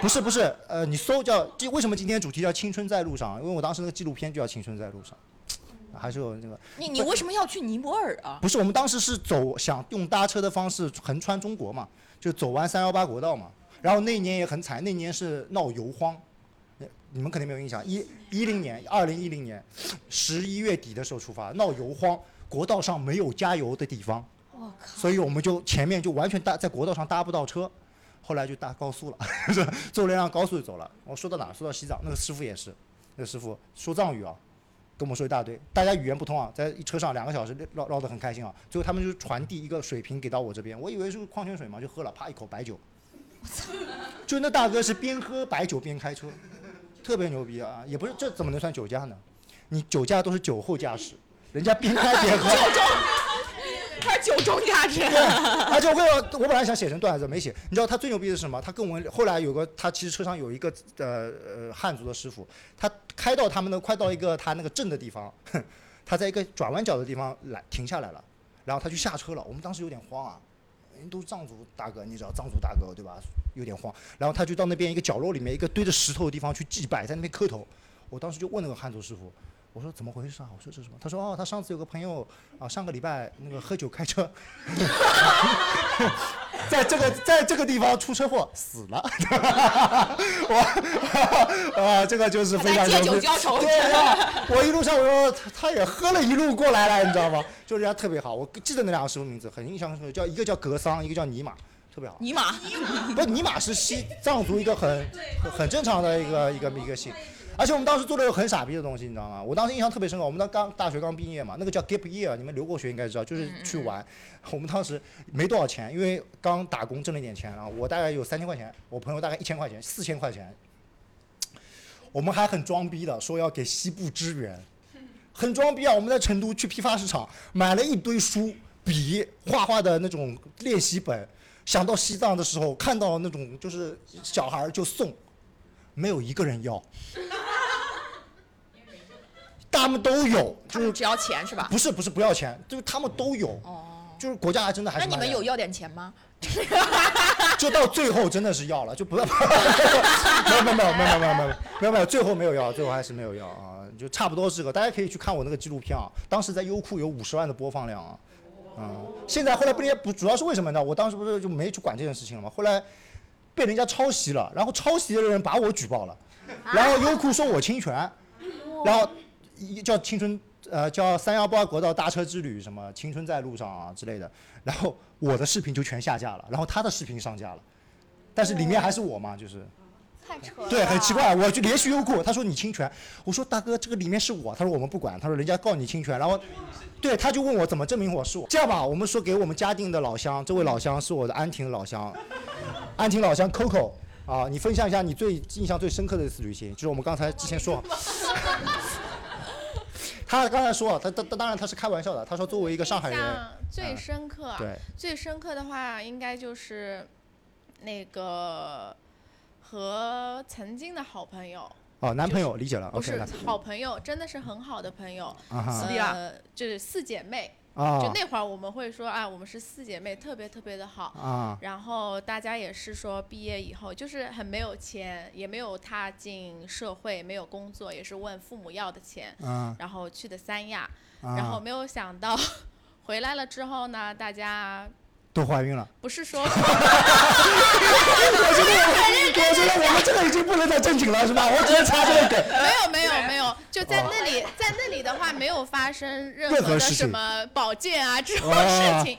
Speaker 2: 不是不是，呃，你搜叫这为什么今天主题叫青春在路上？因为我当时那个纪录片就叫青春在路上，还是有那个。
Speaker 1: 你你为什么要去尼泊尔啊？
Speaker 2: 不是，我们当时是走想用搭车的方式横穿中国嘛，就走完三幺八国道嘛。然后那一年也很惨，那年是闹油荒，呃你们肯定没有印象。一一零年，二零一零年十一月底的时候出发，闹油荒，国道上没有加油的地方，
Speaker 3: 我靠！
Speaker 2: 所以我们就前面就完全搭在国道上搭不到车，后来就搭高速了， 就是坐了一辆高速就走了。我说到哪儿？说到西藏，那个师傅也是，那个师傅说藏语啊，跟我们说一大堆，大家语言不通啊，在一车上两个小时唠唠唠得很开心啊。最后他们就传递一个水瓶给到我这边，我以为是矿泉水嘛，就喝了，啪一口白酒。就那大哥是边喝白酒边开车，特别牛逼啊！也不是这怎么能算酒驾呢？你酒驾都是酒后驾驶，人家边开边喝。
Speaker 1: 他酒中价值。
Speaker 2: 而且我跟你说，我本来想写成段子，没写。你知道他最牛逼的是什么？他跟我们后来有个，他其实车上有一个呃呃汉族的师傅，他开到他们的快到一个他那个镇的地方，哼他在一个转弯角的地方来停下来了，然后他就下车了。我们当时有点慌啊，人都是藏族大哥，你知道藏族大哥对吧？有点慌。然后他就到那边一个角落里面一个堆着石头的地方去祭拜，在那边磕头。我当时就问那个汉族师傅，我说怎么回事啊？我说这是什么？他说哦，他上次有个朋友啊，上个礼拜那个喝酒开车，在这个在这个地方出车祸死了。 我 啊，这个就是非常
Speaker 1: 他在借
Speaker 2: 牛
Speaker 1: 酒
Speaker 2: 逼
Speaker 1: 浇愁
Speaker 2: 对啊，我一路上我说他他也喝了一路过来了，你知道吗？就人家特别好，我记得那两个师傅名字很印象深刻，叫一个叫格桑，一个叫尼玛，特别好。
Speaker 1: 尼玛，
Speaker 2: 不，尼玛是西藏族一个很很很正常的一个一个一个姓，而且我们当时做了一个很傻逼的东西，你知道吗？我当时印象特别深刻，我们当刚大学刚毕业嘛，那个叫 gap year，你们留过学应该知道，就是去玩。我们当时没多少钱，因为刚打工挣了一点钱，然后我大概有三千块钱，我朋友大概一千块钱，四千块钱。我们还很装逼的说要给西部支援，很装逼啊！我们在成都去批发市场买了一堆书、笔、画画的那种练习本，想到西藏的时候，看到那种就是小孩儿就送，没有一个人要， 他们都有，
Speaker 1: 他
Speaker 2: 就
Speaker 1: 们
Speaker 2: 是
Speaker 1: 只要钱是吧？
Speaker 2: 不是不是不要钱，就是他们都有，
Speaker 1: 哦，
Speaker 2: 就是国家还真的还
Speaker 1: 那
Speaker 2: 是
Speaker 1: 你
Speaker 2: 蛮
Speaker 1: 们
Speaker 2: 严
Speaker 1: 有要点钱吗？
Speaker 2: 就到最后真的是要了，就不要， 没有没有没有没有没有没有没有没有，最后没有要，最后还是没有要啊，就差不多是个，大家可以去看我那个纪录片啊，当时在优酷有五十万的播放量啊，嗯，现在后来被人家不，主要是为什么呢？我当时不是就没去管这件事情了吗？后来被人家抄袭了，然后抄袭的人把我举报了，然后优酷说我侵权，然后一叫青春呃叫三幺八国道搭车之旅什么青春在路上啊之类的，然后我的视频就全下架了，然后他的视频上架了，但是里面还是我嘛，就是
Speaker 3: 太扯了。
Speaker 2: 对，很奇。怪，我就连续优酷，他说你侵权，我说大哥这个里面是我，他说我们不管，他说人家告你侵权，然后对他就问我怎么证明我是我，这样吧，我们说给我们嘉定的老乡，这位老乡是我的安亭老乡，安亭老乡 Coco 啊，你分享一下你最印象最深刻的一次旅行，就是我们刚才之前 说。他刚才说，啊他他他当然他是开玩笑的。他说，作为一个上海人，
Speaker 5: 像最
Speaker 2: 嗯
Speaker 5: 深刻啊，
Speaker 2: 对，
Speaker 5: 最深刻的话应该就是那个和曾经的好朋友，
Speaker 2: 哦，男朋友理解了
Speaker 5: 不
Speaker 2: ，OK，
Speaker 5: 是
Speaker 2: 男
Speaker 5: 好朋友，真的是很好的朋友，
Speaker 2: 啊哈
Speaker 4: 撕逼了
Speaker 5: 呃，就是四姐妹，就
Speaker 2: 啊
Speaker 5: 那会儿我们会说啊，我们是四姐妹，特别特别的好。
Speaker 2: 啊
Speaker 5: 然后大家也是说毕业以后就是很没有钱，也没有踏进社会，没有工作，也是问父母要的钱，
Speaker 2: 啊
Speaker 5: 然后去的三亚，
Speaker 2: 啊！
Speaker 5: 然后没有想到 回来了之后呢，大家
Speaker 2: 都怀孕 了。
Speaker 5: 不 是说
Speaker 2: 我觉得我，我觉得我们这个已经不能再正经了，是吧？我只能插这个梗。
Speaker 5: 没有没有没有，就在那里，在那里的话没有发生任
Speaker 2: 哦任
Speaker 5: 何
Speaker 2: 何
Speaker 5: 的
Speaker 2: 事
Speaker 5: 什
Speaker 2: 情
Speaker 5: 么保健啊这种
Speaker 2: 啊
Speaker 5: 事情，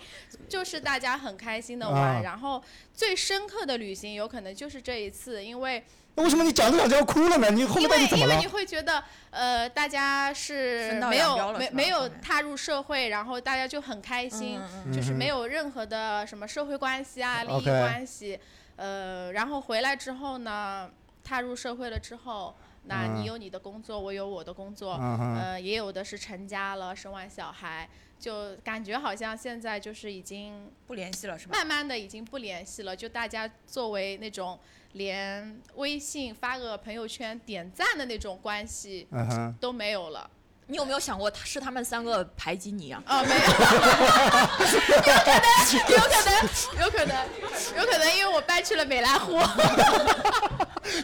Speaker 5: 就是大家很开心的
Speaker 2: 啊
Speaker 5: 玩。然后最深刻的旅行有可能就是这一次，因为
Speaker 2: 那为什么你讲着讲着要哭了呢？你后
Speaker 5: 因
Speaker 2: 面到底
Speaker 5: 为
Speaker 2: 怎么
Speaker 5: 因为
Speaker 2: 了
Speaker 5: 你？会觉得，呃，大家是
Speaker 6: 分道
Speaker 5: 没
Speaker 6: 扬镳
Speaker 5: 有
Speaker 6: 了
Speaker 5: 没
Speaker 6: 是吧
Speaker 5: 没
Speaker 6: 后
Speaker 5: 有
Speaker 6: 面
Speaker 5: 踏入社会，然后大家就很开心，
Speaker 6: 嗯
Speaker 5: 就是没
Speaker 2: 有。
Speaker 5: 有任何的什么社会关系啊、利益
Speaker 2: OK
Speaker 5: 关系，呃，然后回来之后呢，踏入社会了之后，那
Speaker 2: 嗯
Speaker 5: 你有你的工作，我有我的工作，
Speaker 2: 嗯哼，
Speaker 5: 呃，也有的是成家了，生完小孩，就感觉好像现在就是已经
Speaker 6: 不联系了是吧？
Speaker 5: 慢慢的已经不联系了，就大家作为那种连微信发个朋友圈点赞的那种关系
Speaker 2: 嗯哼，
Speaker 5: 都没有了。
Speaker 1: 你有没有想过，他是他们三个排挤你啊？
Speaker 5: 哦，没有， 有可能，有可能，有可能，有可能，因为我搬去了美兰湖，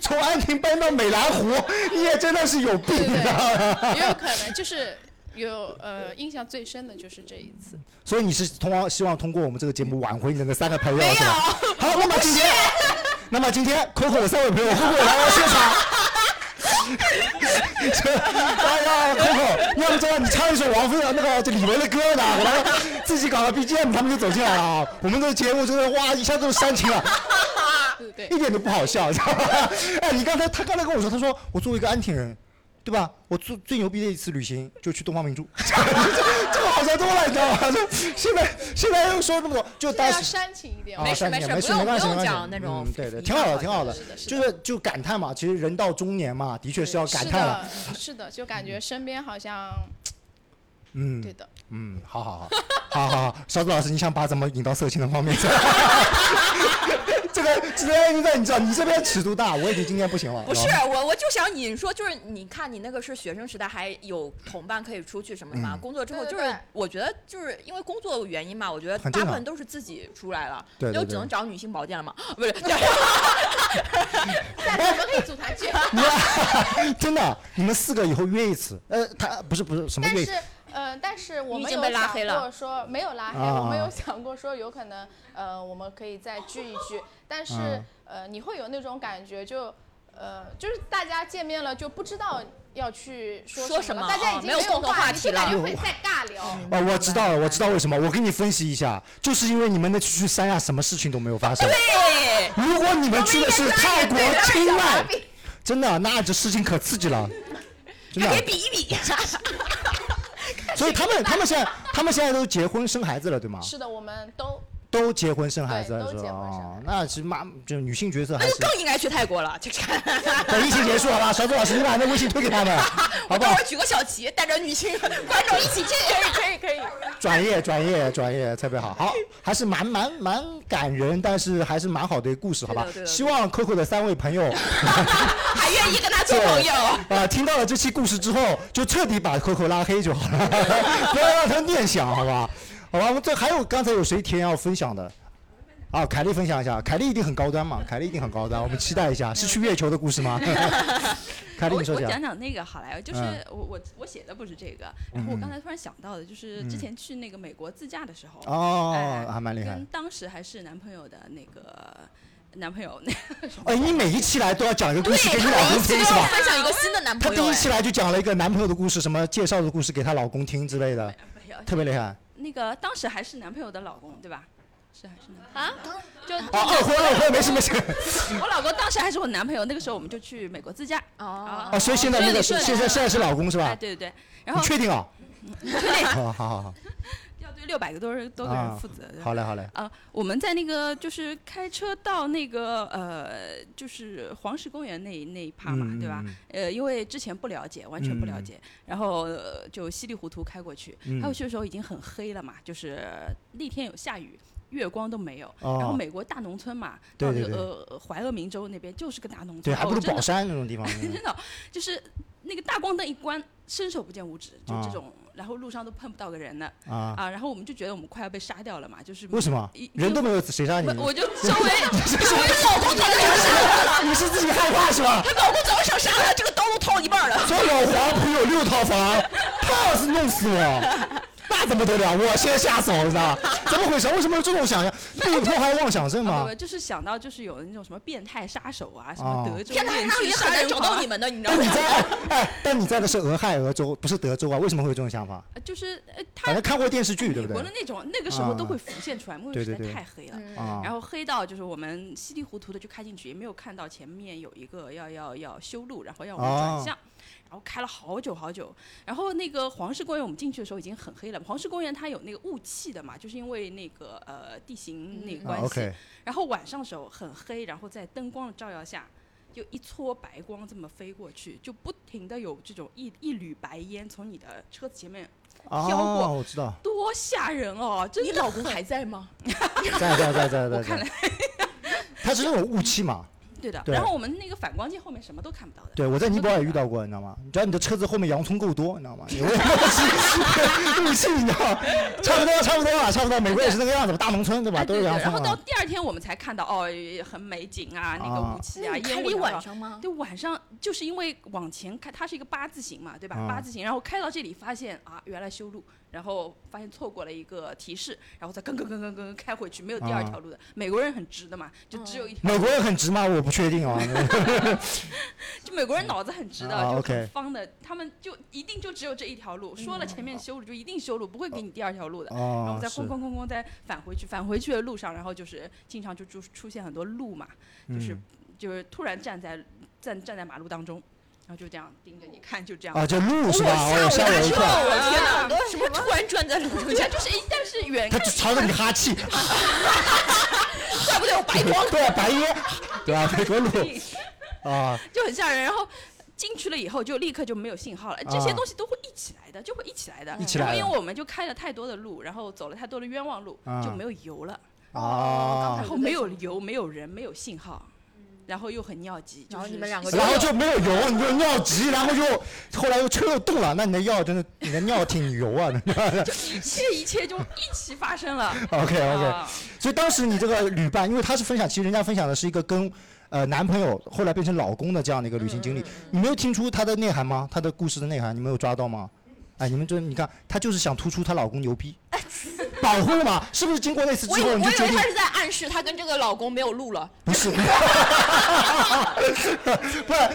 Speaker 2: 从安亭搬到美兰湖，你也真的是有病
Speaker 5: 对对
Speaker 2: 啊！
Speaker 5: 对，也有可能就是有呃，印象最深的就是这一次。
Speaker 2: 所以你是通往希望通过我们这个节目挽回你的那三个朋友
Speaker 5: 没
Speaker 2: 是吧？
Speaker 5: 有，
Speaker 2: 好，那么今天，那么今天 Coco 的三位朋友会不会来到现场？哎呀，Coco，要不这样你唱一首王菲的那个这李玟的歌呢？我来自己搞个 BGM，他们就走进来了啊！我们的节目真的哇，一下都煽情了，啊
Speaker 5: 对对
Speaker 2: 一点都不好笑，知道吧？哎，你刚才他刚才跟我说，他说我作为一个安亭人。对吧？我最最牛逼的一次旅行就去东方明珠， 这这个好笑多了，你知道吗？ 这现在现在又说这么多，就
Speaker 5: 那
Speaker 2: 当
Speaker 5: 要
Speaker 2: 时
Speaker 5: 煽情一点
Speaker 2: 啊，
Speaker 5: 哦。
Speaker 1: 没事
Speaker 2: 删减
Speaker 1: 没
Speaker 2: 没
Speaker 1: 事
Speaker 2: 事，
Speaker 1: 不用
Speaker 2: 没关系，
Speaker 1: 不用
Speaker 2: 没关系
Speaker 1: 讲那种
Speaker 2: 嗯对对，
Speaker 1: 一
Speaker 2: 挺好
Speaker 1: 定
Speaker 2: 的，
Speaker 1: 要
Speaker 2: 挺好的
Speaker 5: 是的，是
Speaker 2: 就
Speaker 5: 的
Speaker 2: 是就感叹嘛，其实人到中年嘛，的确是要感
Speaker 5: 是
Speaker 2: 叹啊了，
Speaker 5: 的，是的，就感觉身边好像
Speaker 2: 嗯
Speaker 5: 对的，
Speaker 2: 嗯，好好好，好好好，勺子老师，你想把怎么引到色情的方面？ 这个这个，现在你知道，你这边尺度大，我已经今天不行了，
Speaker 1: 不
Speaker 2: 知
Speaker 1: 是
Speaker 2: 道吗
Speaker 1: 我，我就想你说，就是你看你那个是学生时代，还有同伴可以出去什么的嘛。
Speaker 2: 嗯
Speaker 1: 工作之后，
Speaker 5: 对
Speaker 1: 就
Speaker 5: 对
Speaker 1: 是
Speaker 5: 对
Speaker 1: 我觉得就是因为工作原因嘛，我觉得
Speaker 2: 很
Speaker 1: 大
Speaker 2: 正
Speaker 1: 部
Speaker 2: 常
Speaker 1: 分都是自己出来了，
Speaker 2: 对对
Speaker 1: 就
Speaker 2: 对
Speaker 1: 只能找女性保健了嘛，不是？
Speaker 5: 下次我们可以组团去。
Speaker 2: 真的，你们四个以后约一次，呃，他不是不是什么
Speaker 5: 但
Speaker 2: 约一
Speaker 5: 是
Speaker 2: 次，，
Speaker 5: 呃，但是我
Speaker 1: 你已
Speaker 5: 们
Speaker 1: 经
Speaker 5: 有
Speaker 1: 被拉
Speaker 5: 想
Speaker 1: 黑了
Speaker 5: 过说没有拉黑，
Speaker 2: 啊
Speaker 5: 我们有想过说有可能，呃，我们可以再聚一聚。但是，
Speaker 2: 嗯
Speaker 5: 呃，你会有那种感觉，就，呃，就是大家见面了就不知道要去说
Speaker 1: 说
Speaker 5: 什
Speaker 1: 什
Speaker 5: 么
Speaker 1: 么
Speaker 5: 了，大家
Speaker 1: 哦
Speaker 5: 已经
Speaker 1: 没有共
Speaker 5: 有
Speaker 1: 同话
Speaker 5: 题
Speaker 1: 题
Speaker 5: 就感
Speaker 2: 了
Speaker 5: 觉会在尬聊。
Speaker 2: 哦，我知道了，我知道为什么，我给你分析一下，就是因为你们那次去三亚，什么事情都没有发生。
Speaker 1: 对，
Speaker 2: 如果你们去的是泰国、清迈，真的，那这事情可刺激 了，真
Speaker 1: 还可以
Speaker 2: 的。
Speaker 1: 比一比。
Speaker 2: 所以他们他们现在他们现在都结婚生孩子了，对吗？
Speaker 5: 是的，我们都
Speaker 2: 都结婚生孩子了，
Speaker 5: 对
Speaker 2: 是
Speaker 5: 都
Speaker 2: 吧？
Speaker 5: 结婚生孩
Speaker 2: 哦
Speaker 5: 子，哎
Speaker 2: 那其实妈就女性角色还
Speaker 1: 那
Speaker 2: 是
Speaker 1: 就。更应该去泰国了，就看。
Speaker 2: 等疫情结束好吧，勺子老师，你把那微信推给他 们，好
Speaker 1: 我
Speaker 2: 不
Speaker 1: 到
Speaker 2: 好
Speaker 1: 时？候举个小旗，带着女性观众一起去。可以可以可以。
Speaker 2: 转业转业转业，特别好，好，还是蛮蛮蛮感人，但是还是蛮好的一个故事，好吧
Speaker 1: 对的对？的
Speaker 2: 希望 Coco 的三位朋友。
Speaker 1: 还愿意跟他做朋友。
Speaker 2: 啊、听到了这期故事之后，就彻底把 Coco 拉黑就好了，不要让他念想，好吧？好吧，我们这还有刚才有谁提要分享的？啊，凯丽分享一下，凯丽一定很高端嘛，凯丽一定很高端，我们期待一下，是去月球的故事吗？凯丽，
Speaker 7: 我
Speaker 2: 你说
Speaker 7: 我
Speaker 2: 讲
Speaker 7: 讲讲那个好来，就是
Speaker 2: 啊嗯
Speaker 7: 我我我写的不是这个，然后我
Speaker 2: 嗯嗯
Speaker 7: 刚才突然想到的，就是之
Speaker 2: 嗯
Speaker 7: 前去那个美国自驾的时候，
Speaker 2: 哦
Speaker 7: 哎，
Speaker 2: 还蛮厉害
Speaker 7: 跟，当时还是男朋友的那个
Speaker 1: 男朋友，那
Speaker 2: 哎，你每一期来都要讲一个故事给你老公听是
Speaker 1: 啊
Speaker 2: 吧？
Speaker 3: 分享一个新 的男
Speaker 2: 她
Speaker 3: 朋
Speaker 2: 第
Speaker 3: 友哎
Speaker 2: 一，期来就讲了一个男朋友的故事，什么介绍的故事给她老公听之类的，
Speaker 1: 没有
Speaker 2: 特别厉害。
Speaker 1: 那个当时还是男朋友的老公对吧？是还是男朋
Speaker 8: 啊，就
Speaker 2: 哦，二婚二婚，没事没事。
Speaker 1: 友？我老公当时还是我男朋友，那个时候我们就去美国自驾。
Speaker 3: 哦，
Speaker 2: 哦，所以现在那个是
Speaker 1: 顺利
Speaker 2: 现
Speaker 1: 顺利
Speaker 2: 在现在是老公是
Speaker 1: 哎，
Speaker 2: 吧？
Speaker 1: 对对对，然
Speaker 2: 你
Speaker 1: 后
Speaker 2: 确定啊？ 哦
Speaker 1: 确定
Speaker 2: 好好好好，
Speaker 1: 要对六百个多人多个
Speaker 2: 啊
Speaker 1: 人负责。对吧
Speaker 2: 好嘞好嘞。
Speaker 1: 啊，我们在那个就是开车到那个呃，就是黄石公园那那一趴嘛，
Speaker 2: 嗯，
Speaker 1: 对吧？呃，因为之前不了解，完全不了
Speaker 2: 嗯
Speaker 1: 解，然后、呃就稀里糊涂开过去。
Speaker 2: 嗯？嗯
Speaker 1: 开过去的时候已经很黑了嘛，就是呃那天有下雨，月光都没有。然后
Speaker 2: 哦，
Speaker 1: 美国大农村嘛，
Speaker 2: 对
Speaker 1: 到
Speaker 2: 对
Speaker 1: 那个
Speaker 2: 对
Speaker 1: 呃怀俄明州那边就是个大农村，
Speaker 2: 对，还
Speaker 1: 哦
Speaker 2: 不如
Speaker 1: 真
Speaker 2: 宝
Speaker 1: 的
Speaker 2: 山那种地方。嗯
Speaker 1: 真的就是那个大光灯一关，伸手不见五指，就
Speaker 2: 啊
Speaker 1: 这种，然后路上都碰不到个人的
Speaker 2: 啊，
Speaker 1: 啊，然后我们就觉得我们快要被杀掉了嘛，就是
Speaker 2: 为什么
Speaker 1: 一
Speaker 2: 人都没有谁杀你？
Speaker 1: 我我就周 围周围
Speaker 2: 啊你是自己害怕是 吧？
Speaker 3: 老公早就想杀他，这个刀都掏一半了。
Speaker 2: 这老黄埔有六套房，他要是弄死我，那怎么得了？我先下手是吧？怎么回事？为什么有这种想象？那有空还有妄想症
Speaker 1: 啊不
Speaker 2: 吗
Speaker 1: 不，？就是想到就是有那种什么变态杀手啊，什
Speaker 2: 哦
Speaker 1: 么德州
Speaker 3: 天哪，
Speaker 1: 恋
Speaker 3: 那
Speaker 1: 曲
Speaker 3: 也很
Speaker 1: 杀
Speaker 3: 难
Speaker 1: 人
Speaker 3: 找
Speaker 1: 狂
Speaker 3: 到
Speaker 1: 啊
Speaker 3: 你们的，你知道
Speaker 2: 但你
Speaker 3: 吗？
Speaker 2: 在哎哎，但你在的是俄亥俄州，不是德州啊？为什么会有这种想法？
Speaker 1: 呃就是呃，他
Speaker 2: 反正看过电视剧对
Speaker 1: 美
Speaker 2: 不
Speaker 1: 国的
Speaker 2: 对？
Speaker 1: 那种那个时候都
Speaker 2: 啊
Speaker 1: 会浮现出来，因为
Speaker 2: 对
Speaker 1: 实
Speaker 2: 对
Speaker 1: 在
Speaker 2: 对
Speaker 1: 太黑了。
Speaker 2: 啊
Speaker 1: 然后黑到就是我们稀里糊涂的就开进去，也没有看到前面有一个要要要修路，然后要我们
Speaker 2: 哦
Speaker 1: 转向，然后开了好久好久。然后那个黄石公园我们进去的时候已经很黑了，黄石公园它有那个雾气的嘛，就是因为那个呃地形那个
Speaker 8: 嗯
Speaker 1: 关
Speaker 2: 啊
Speaker 1: 系。
Speaker 2: ，OK，
Speaker 1: 然后晚上的时候很黑，然后在灯光的照耀下。就一撮白光这么飞过去，就不停的有这种一一缕白烟从你的车子前面，飘过
Speaker 2: 哦，我 知道，
Speaker 1: 多吓人哦！真
Speaker 3: 你
Speaker 1: 的
Speaker 3: 老公 还在吗？
Speaker 2: 在在在在在
Speaker 1: 看
Speaker 2: 在，它是那种雾气嘛？
Speaker 1: 对的。
Speaker 2: 对
Speaker 1: 然后我们那个反光镜后面什么都看不到的。
Speaker 2: 对，我在尼泊尔也遇到过，你知道吗？只要你的车子后面洋葱够多，你知道吗？有点雾气，雾气，你知道吗？差不多，差不多啊，差不多。美国也是那个样子嘛，大农村对吧？
Speaker 1: 哎，
Speaker 2: 都
Speaker 1: 对
Speaker 2: 是
Speaker 1: 对，
Speaker 2: 洋
Speaker 1: 然
Speaker 2: 葱
Speaker 1: 后到
Speaker 2: 啊。
Speaker 1: 第二天我们才看到，哦，很美景啊，那个
Speaker 2: 啊
Speaker 1: 雾气啊，
Speaker 3: 开
Speaker 1: 烟雾
Speaker 3: 离
Speaker 1: 缭
Speaker 3: 晚
Speaker 1: 绕。
Speaker 3: 上吗？
Speaker 1: 对，晚上就是因为往前开，它是一个八字形嘛，对吧？
Speaker 2: 啊
Speaker 1: 八字形，然后开到这里发现啊，原来修路，然后发现错过了一个提示，然后再跟跟跟跟跟开回去，没有第二
Speaker 2: 啊
Speaker 1: 条路的。美国人很直的嘛，就只有一条。
Speaker 2: 美国人很直吗？我不 确定啊。
Speaker 1: 就美国人脑子很直的，
Speaker 2: 啊
Speaker 1: 就
Speaker 2: OK
Speaker 1: 很方的，他们就一定就只有这一条路。说了前面修路就一定修路，不会给你第二条路的。然后我
Speaker 2: 哦
Speaker 1: 们，再
Speaker 2: 是
Speaker 1: 哐，哐哐哐再返回去，返回去的路上，然后就是经常就出出现很多路嘛，就是、
Speaker 2: 嗯
Speaker 1: 就是突然站在站站在马路当中，然后就这样盯着你看，就这样。
Speaker 2: 啊，这路是吧？我吓我一
Speaker 3: 跳，
Speaker 2: 跳，
Speaker 3: 我天哪！什么突然转在路中间？
Speaker 1: 就是一，但是远
Speaker 2: 他
Speaker 1: 看
Speaker 2: 就朝着你哈气，
Speaker 3: 怪 不得有白光。
Speaker 2: 对，啊白 烟，对吧？美国路
Speaker 1: 对
Speaker 2: 啊，
Speaker 1: 就很吓人。然后进去了以后，就立刻就没有信号了。这些
Speaker 2: 啊
Speaker 1: 东西都会一起来的，就会一起来的。
Speaker 2: 一起
Speaker 1: 然
Speaker 2: 来
Speaker 1: 后因
Speaker 2: 了
Speaker 1: 为我们就开了太多的路，然后走了太多的冤枉路，就
Speaker 2: 啊
Speaker 1: 没有油了。
Speaker 2: 啊
Speaker 3: 哦
Speaker 1: 然后没有油，没有人，没有信号，然后又很尿急。
Speaker 3: 嗯然后
Speaker 1: 就是
Speaker 3: 你们两个
Speaker 2: 然后就没有油，你就尿急，然后又后来又车又动了，那你的药真的，你的尿挺油啊。
Speaker 1: 一切一切就一起发生了。
Speaker 3: 哦
Speaker 2: OK OK，
Speaker 1: 啊
Speaker 2: 所以当时你这个旅伴，因为他是分享，其实人家分享的是一个跟呃男朋友后来变成老公的这样的一个旅行
Speaker 3: 嗯
Speaker 2: 经历，你没有听出他的内涵吗？他的故事的内涵，你没有抓到吗？哎，你们这你看，她就是想突出她老公牛 逼，保护嘛，是不是？经过那次
Speaker 3: 我
Speaker 2: 之
Speaker 3: 以为
Speaker 2: 后，
Speaker 3: 我以
Speaker 2: 你就决
Speaker 3: 为
Speaker 2: 定
Speaker 3: 他是在暗示他跟这个老公没有路了。
Speaker 2: 不是， 不是，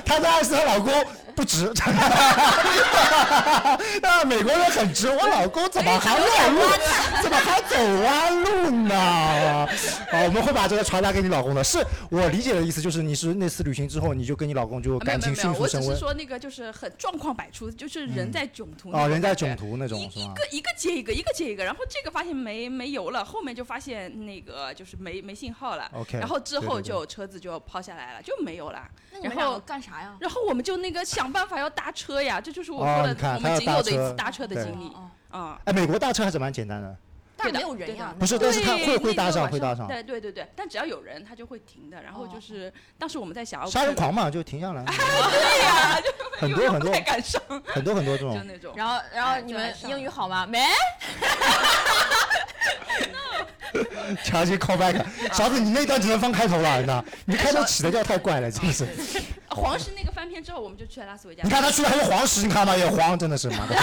Speaker 2: 她在暗示她老公不值。 那美国人很直，我老公怎么还绕
Speaker 1: 哎
Speaker 2: 路？怎么还走弯路呢？啊，我们会把这个传达给你老公的。是我理解的意思，就是你是那次旅行之后，你就跟你老公就
Speaker 1: 没有
Speaker 2: 感
Speaker 1: 没有啊
Speaker 2: 情
Speaker 1: 没
Speaker 2: 迅
Speaker 1: 有，
Speaker 2: 速
Speaker 1: 我只
Speaker 2: 升
Speaker 1: 是
Speaker 2: 温。
Speaker 1: 说那个就是很状况百出，就是人在囧途那
Speaker 2: 哦，
Speaker 1: 种
Speaker 2: 人在
Speaker 1: 感觉
Speaker 2: 囧途那
Speaker 1: 一
Speaker 2: 种是
Speaker 1: 一
Speaker 2: 吗？
Speaker 1: 个一个接一个，一个接一个，然后这个发现没没油了，后面就发现那个就是没没信号了
Speaker 2: OK，
Speaker 1: 然后之后
Speaker 2: 哦对对对
Speaker 1: 就车子就抛下来了，就没有了。
Speaker 3: 那
Speaker 1: 你们两个
Speaker 3: 干啥呀？
Speaker 1: 然后我们就那个想办法要搭车呀，这就是我
Speaker 2: 哦
Speaker 1: 说
Speaker 2: 你看
Speaker 1: 的我
Speaker 2: 他要
Speaker 1: 们仅有的一
Speaker 2: 搭
Speaker 1: 次
Speaker 2: 车
Speaker 1: 搭车的
Speaker 2: 对
Speaker 1: 经历啊。
Speaker 2: 哎，美国搭车还是蛮简单的，
Speaker 3: 哦但
Speaker 1: 对
Speaker 3: 是
Speaker 1: 的
Speaker 3: 没有人呀
Speaker 1: 对。
Speaker 2: 不是？但是他
Speaker 1: 对
Speaker 2: 会会
Speaker 1: 那
Speaker 2: 搭
Speaker 1: 个
Speaker 2: 上，
Speaker 1: 晚
Speaker 2: 会搭上。
Speaker 1: 对对对对，但只要有人，他就会停的。然后就
Speaker 3: 哦
Speaker 1: 是当时我们在想，
Speaker 2: 杀人狂嘛，就 停下来，
Speaker 1: 对呀，就
Speaker 2: 很多很
Speaker 1: 不
Speaker 2: 多嗯
Speaker 1: 太敢上，
Speaker 2: 很多很多这种
Speaker 1: 就。那种。
Speaker 3: 然后，然后
Speaker 1: 哎
Speaker 3: 你
Speaker 1: 就还
Speaker 3: 们
Speaker 1: 上
Speaker 3: 英语好吗？没，
Speaker 2: 强行 call back，勺子，你那段只能放开头了，你知道？你开头起的调太怪了，真的是。
Speaker 1: 哎呃黄石那个翻篇之后，我们就去了拉斯维加
Speaker 2: 你
Speaker 1: 斯。
Speaker 2: 看他去的还是黄石，你看到也黄，真的是妈的。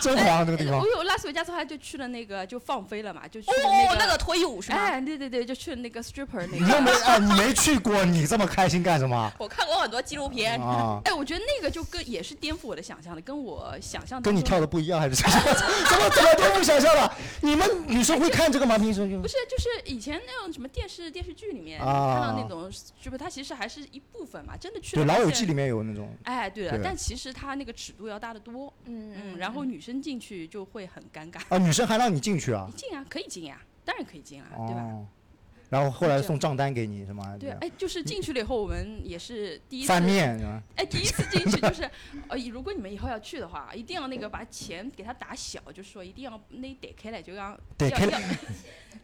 Speaker 2: 真黄这个地方
Speaker 1: 我。有拉斯维加斯后来就去了那个就放飞了嘛，就去了
Speaker 5: 哦，那个脱衣舞是吗？
Speaker 1: 哎，对对对，就去了那个 stripper 那
Speaker 2: 你又
Speaker 1: 个。
Speaker 2: 没哎，你没去过，你这么开心干什么？
Speaker 5: 我看过很多纪录片，
Speaker 2: 啊，
Speaker 1: 哎，我觉得那个就跟也是颠覆我的想象的，跟我想象当
Speaker 2: 跟你
Speaker 1: 中
Speaker 2: 跳的不一样还是怎么 怎么怎么都不想象了？你们女生会看这个吗？平时就
Speaker 1: 不是，就是以前那种什么电视电视剧里面、
Speaker 2: 啊
Speaker 1: 看到那种 stripper，它其实还是一部分嘛，真的去
Speaker 2: 对
Speaker 1: 了
Speaker 2: 《老
Speaker 1: 发
Speaker 2: 友
Speaker 1: 现
Speaker 2: 记》里面有那种
Speaker 1: 哎，对了，
Speaker 2: 对
Speaker 1: 但其实它那个尺度要大得多。嗯，然后女生进去就会很尴尬。
Speaker 2: 啊，女生还让你进去啊
Speaker 1: 你，进啊，可以进呀、当然可以进啊，对吧？
Speaker 2: 哦，然后后来送账单给你是吗？
Speaker 1: 对
Speaker 2: 这，样
Speaker 1: 哎，就是进去了以后，我们也是第一次
Speaker 2: 翻，面是吧？
Speaker 1: 哎，第一次进去就是， 呃，如果你们以后要去的话，一定要那个把钱给它打小，就是说一定要那得开来就要
Speaker 2: 得开
Speaker 1: 要要，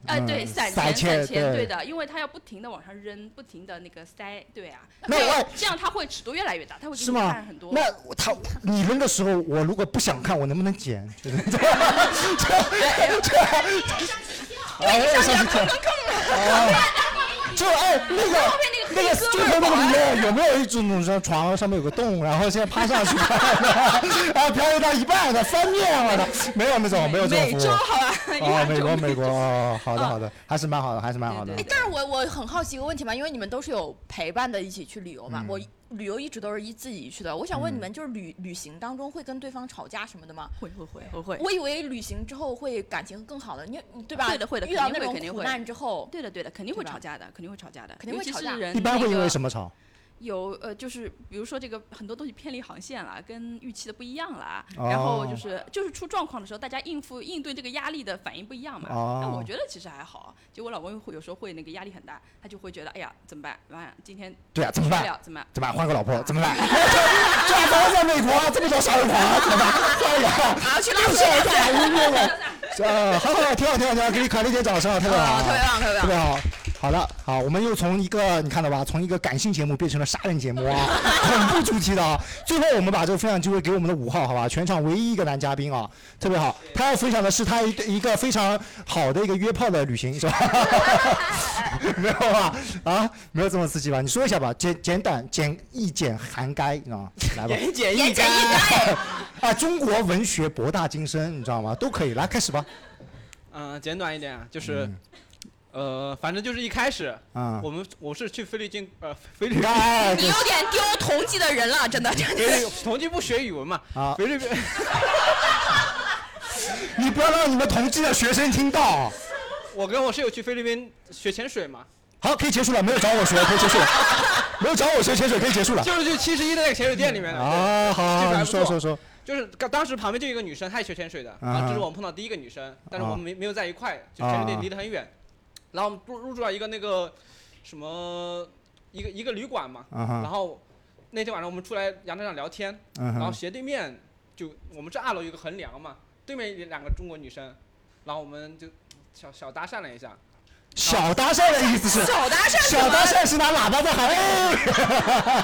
Speaker 1: 呃，对，
Speaker 2: 嗯
Speaker 1: 散
Speaker 2: 散
Speaker 1: 钱散
Speaker 2: 嗯钱对
Speaker 1: 对的，因为它要不停的往上扔，不停的那个塞，对啊，
Speaker 2: 那
Speaker 1: 对
Speaker 2: 哎
Speaker 1: 这样它会尺度越来越大，它会给
Speaker 2: 是
Speaker 1: 你
Speaker 2: 吗
Speaker 1: 看很多。
Speaker 2: 那我他你扔的时候，我如果不想看，我能不能剪？就是这 这，哎，我也上去看。啊，就哎那个那个就头那个里面有没有一种那种床上面有个洞，然后现在趴下去看， 啊，漂移到一半的翻面了的，没有那种没有这种服务。
Speaker 1: 好吧，
Speaker 2: 哦，美国美国哦，好的好的，还是蛮好的，还是 蛮好的
Speaker 5: 哎，。但是我我很好奇一个问题嘛，因为你们都是有陪伴的一起去旅游嘛，
Speaker 2: 嗯
Speaker 5: 我旅游一直都是一自己去的，我想问你们，就是旅旅行当中会跟对方吵架什么的吗？
Speaker 1: 会会会会会。
Speaker 5: 我以为旅行之后会感情更好的，你你对吧？
Speaker 1: 会的会的
Speaker 5: 遇到
Speaker 1: 肯定
Speaker 5: 那
Speaker 1: 会
Speaker 5: 种
Speaker 1: 肯定
Speaker 5: 苦
Speaker 1: 会
Speaker 5: 难之后，
Speaker 1: 对的，对的，肯定会
Speaker 5: 对吧
Speaker 1: 吵架的，肯定会吵架的，
Speaker 5: 肯定会
Speaker 1: 尤
Speaker 5: 吵架
Speaker 1: 其是人
Speaker 2: 一般会因为什
Speaker 1: 么？
Speaker 2: 么吵？
Speaker 1: 有呃，就是比如说这个很多东西偏离航线了，跟预期的不一样了，
Speaker 2: 哦
Speaker 1: 然后就是就是出状况的时候，大家应付应对这个压力的反应不一样嘛。
Speaker 2: 哦
Speaker 1: 但我觉得其实还好，就我老公会有时候会那个压力很大，他就会觉得哎呀怎么办？完了今天
Speaker 2: 对啊，怎么
Speaker 1: 不
Speaker 2: 办？
Speaker 1: 了怎么办？
Speaker 2: 怎么办？换个老婆怎么办？ 这还房子在美国，这么多小老婆啊怎么办？换一个，啊， 去拉斯维加斯，晕了。呃， 好好，挺好，挺好，挺好，给你卡了一点掌声，特别哦好，
Speaker 5: 啊，特别棒，特别
Speaker 2: 特
Speaker 5: 棒。
Speaker 2: 别好。好了，好，我们又从一个你看到吧，从一个感性节目变成了杀人节目啊，恐怖主题的啊。最后我们把这个分享机会给我们的五号，好吧，全场唯一一个男嘉宾啊，特别好。他要分享的是他一个一个非常好的一个约炮的旅行，是吧？没有吧？啊，没有这么刺激吧？你说一下吧，简简短简一简涵盖啊，来吧。
Speaker 5: 言简意赅，
Speaker 2: 啊，中国文学博大精深，你知道吗？都可以，来开始吧。
Speaker 4: 嗯，简短一点啊，就是，呃，反正就是一开始
Speaker 2: 嗯啊、
Speaker 4: 我们我是去菲律宾，呃，菲律
Speaker 2: 你
Speaker 4: 宾
Speaker 2: 看，。哎
Speaker 5: 你有点丢同级的人了，真的，真的。
Speaker 4: 菲律 同济不学语文嘛？
Speaker 2: 啊，
Speaker 4: 菲律宾
Speaker 2: 你不要让你们同济的学生听到。
Speaker 4: 我跟我室友去菲律宾学潜水嘛，
Speaker 2: 好，可以结束了，没有找 我学，可以结束了，没有找我学潜水，可以结束了。
Speaker 4: 就是去七十一的那个潜水店里面的。
Speaker 2: 啊，好好，
Speaker 4: 技术
Speaker 2: 好
Speaker 4: 还
Speaker 2: 你
Speaker 4: 不
Speaker 2: 说
Speaker 4: 错
Speaker 2: 说说，
Speaker 4: 就是刚当时旁边就有一个女生，她也学潜水的，
Speaker 2: 嗯
Speaker 4: 啊，这是我们碰到第一个女生，但是我们没没有在一块，就潜水
Speaker 2: 啊
Speaker 4: 店离得很远，然后我们入入住了一个那个什么一个一个旅馆嘛，
Speaker 2: 啊
Speaker 4: 然
Speaker 2: 哈，
Speaker 4: 后那天晚上我们出来阳台上聊天，
Speaker 2: 嗯
Speaker 4: 然后
Speaker 2: 哼，
Speaker 4: 斜对面就我们这二楼有个横梁嘛，对面有两个中国女生，然后我们就小小搭讪了一下，
Speaker 2: 小搭讪的意思 是，
Speaker 5: 小搭讪，
Speaker 2: 小搭讪是拿喇叭在喊，哎，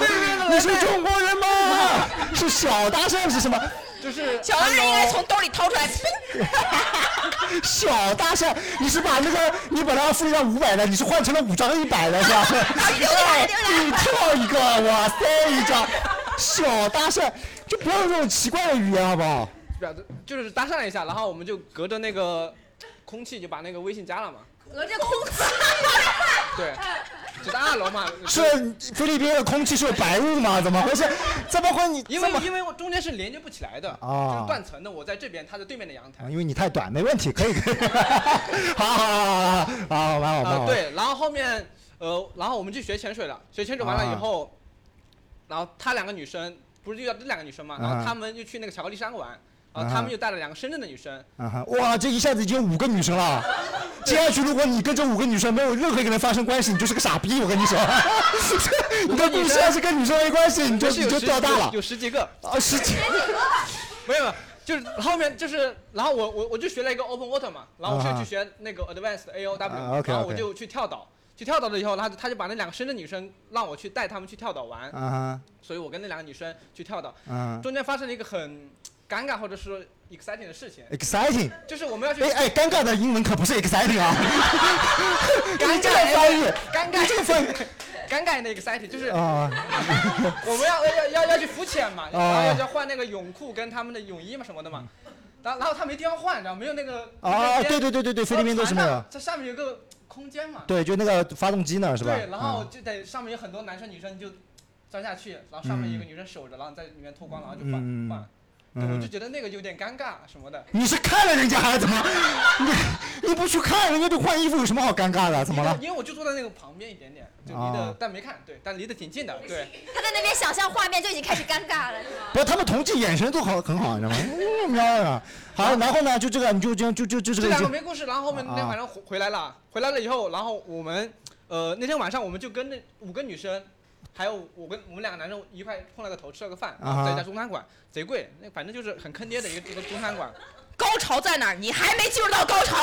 Speaker 2: 你是中国人吗？是小搭讪是什么？
Speaker 4: 就是
Speaker 5: 小搭讪应该从兜里掏出来，
Speaker 2: 小搭讪，你是把那个你本来要付一张五百的，你是换成了五张一百的是吧？
Speaker 4: 啊
Speaker 2: 哎你跳一个，哇塞一张，小搭讪，就不要用这种奇怪的语言好不好？
Speaker 4: 表达就是搭讪了一下，然后我们就隔着那个空气就把那个微信加了嘛，
Speaker 5: 隔着空气，
Speaker 4: 对，就在二楼嘛，
Speaker 2: 是菲律宾的空气是有白雾吗？怎么回事？怎么会你
Speaker 4: 因为因为我中间是连接不起来的，
Speaker 2: 啊
Speaker 4: 就是断层的。我在这边，他在对面的阳台。
Speaker 2: 啊因为你太短，没问题，可以可以。 好好好好好好，蛮好蛮好。
Speaker 4: 啊，，对，然后后面呃，然后我们去学潜水了，学潜水完了以后，
Speaker 2: 啊
Speaker 4: 然后她两个女生不是遇到这两个女生嘛，然
Speaker 2: 啊
Speaker 4: 后她们又去那个巧克力山玩，然
Speaker 2: 啊
Speaker 4: 后她们又带了两个深圳的女生，
Speaker 2: 啊哈，哇，这一下子已经有五个女生了。接下去，如果你跟这五个女生没有任何一个人发生关系，你就是个傻逼，我跟你 说。你的故事要是跟女生没关系，你就
Speaker 4: 这是
Speaker 2: 你
Speaker 4: 有
Speaker 2: 就
Speaker 4: 十
Speaker 2: 掉大了
Speaker 4: 有有十几个，
Speaker 2: 啊！十 几，
Speaker 4: 没有，就是后面就是，然后我我我就学了一个 open water 嘛，然后我是
Speaker 2: 啊
Speaker 4: 去学那个 advanced AOW，、
Speaker 2: 啊，OK，OK
Speaker 4: 然后我就去跳岛，去跳岛了以后，他他就把那两个深圳女生让我去带她们去跳岛玩，
Speaker 2: 啊
Speaker 4: 所以我跟那两个女生去跳岛，
Speaker 2: 哈啊
Speaker 4: 中间发生了一个很尴尬或者是 exciting 的事情，
Speaker 2: ，exciting。
Speaker 4: 就是我们要去
Speaker 2: 哎哎，尴尬的英文可不是 exciting 啊！你这个
Speaker 4: 哎
Speaker 2: 翻译，
Speaker 4: 尴
Speaker 2: 你这个
Speaker 4: 尬
Speaker 2: 翻译
Speaker 4: 尴尬的 exciting，就是
Speaker 2: 啊
Speaker 4: 我们要要要要要去浮潜嘛，
Speaker 2: 哦
Speaker 4: 然后要要换那个泳裤跟他们的泳衣嘛什么的嘛，然后然后他没地方换，你知道吗没有那个
Speaker 2: 嗯啊，对对对对对，菲律宾都是没有，，
Speaker 4: 这上面有个空间嘛，
Speaker 2: 对，就那个发动机那儿是吧？
Speaker 4: 对，然后
Speaker 2: 嗯
Speaker 4: 就在上面有很多男生女生，你就钻下去，然后上面有个女生守着，然后在里面脱光，然后就换
Speaker 2: 嗯
Speaker 4: 换。对，我就
Speaker 2: 嗯，
Speaker 4: 觉得那个有点尴尬什么的。
Speaker 2: 你是看了人家还是怎么？ 你你不去看人家就换衣服有什么好尴尬的？怎么
Speaker 4: 因为
Speaker 2: 了？
Speaker 4: 因为我就坐在那个旁边一点点，就离
Speaker 2: 啊
Speaker 4: 得，但没看，对，但离得挺近的，对。
Speaker 3: 他在那边想象画面就已经开始尴尬了，是吗？
Speaker 2: 不，他们同济眼神都好很好，你知道吗？嗯，喵啊！好，然后呢，就这个，你就这样，就就就啊这个
Speaker 4: 这
Speaker 2: 已
Speaker 4: 两个
Speaker 2: 经，
Speaker 4: 没故事，然后后面那天晚上回回来了，回来了以后，然后我们，呃，那天晚上我们就跟那五个女生，还有我跟我们两个男生一块碰了个头，吃了个饭，
Speaker 2: 啊哈
Speaker 4: 在一家中餐馆，贼贵，那反正就是很坑爹的一个一个中餐馆。
Speaker 1: 高潮在哪儿？你还没进入到高 潮。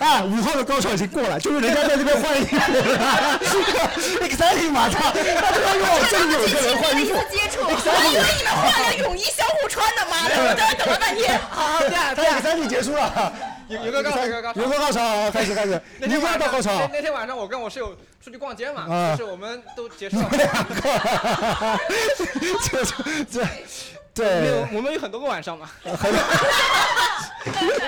Speaker 2: 啊，午后的高潮已经过了，就是人家在那边换衣服了 ，exciting 马上，他说哟，这里有个人换衣服，
Speaker 3: 接触，
Speaker 1: 我以为你们换了泳衣相互穿的，妈的，我在这等了半天。
Speaker 4: 啊，对啊，
Speaker 2: 他 exciting 结束了，
Speaker 4: 有有个高潮，有个高潮
Speaker 2: 有。个高潮，好开始开始，
Speaker 4: 那
Speaker 2: 你
Speaker 4: 天
Speaker 2: 又
Speaker 4: 晚
Speaker 2: 要
Speaker 4: 上
Speaker 2: 到高
Speaker 4: 那
Speaker 2: 潮，
Speaker 4: 那天晚上我跟我室友出去逛街嘛，
Speaker 2: 啊
Speaker 4: 就是我们都结束了，
Speaker 2: 这这这，
Speaker 4: 没有
Speaker 2: 对，
Speaker 4: 我们有很多个晚上嘛，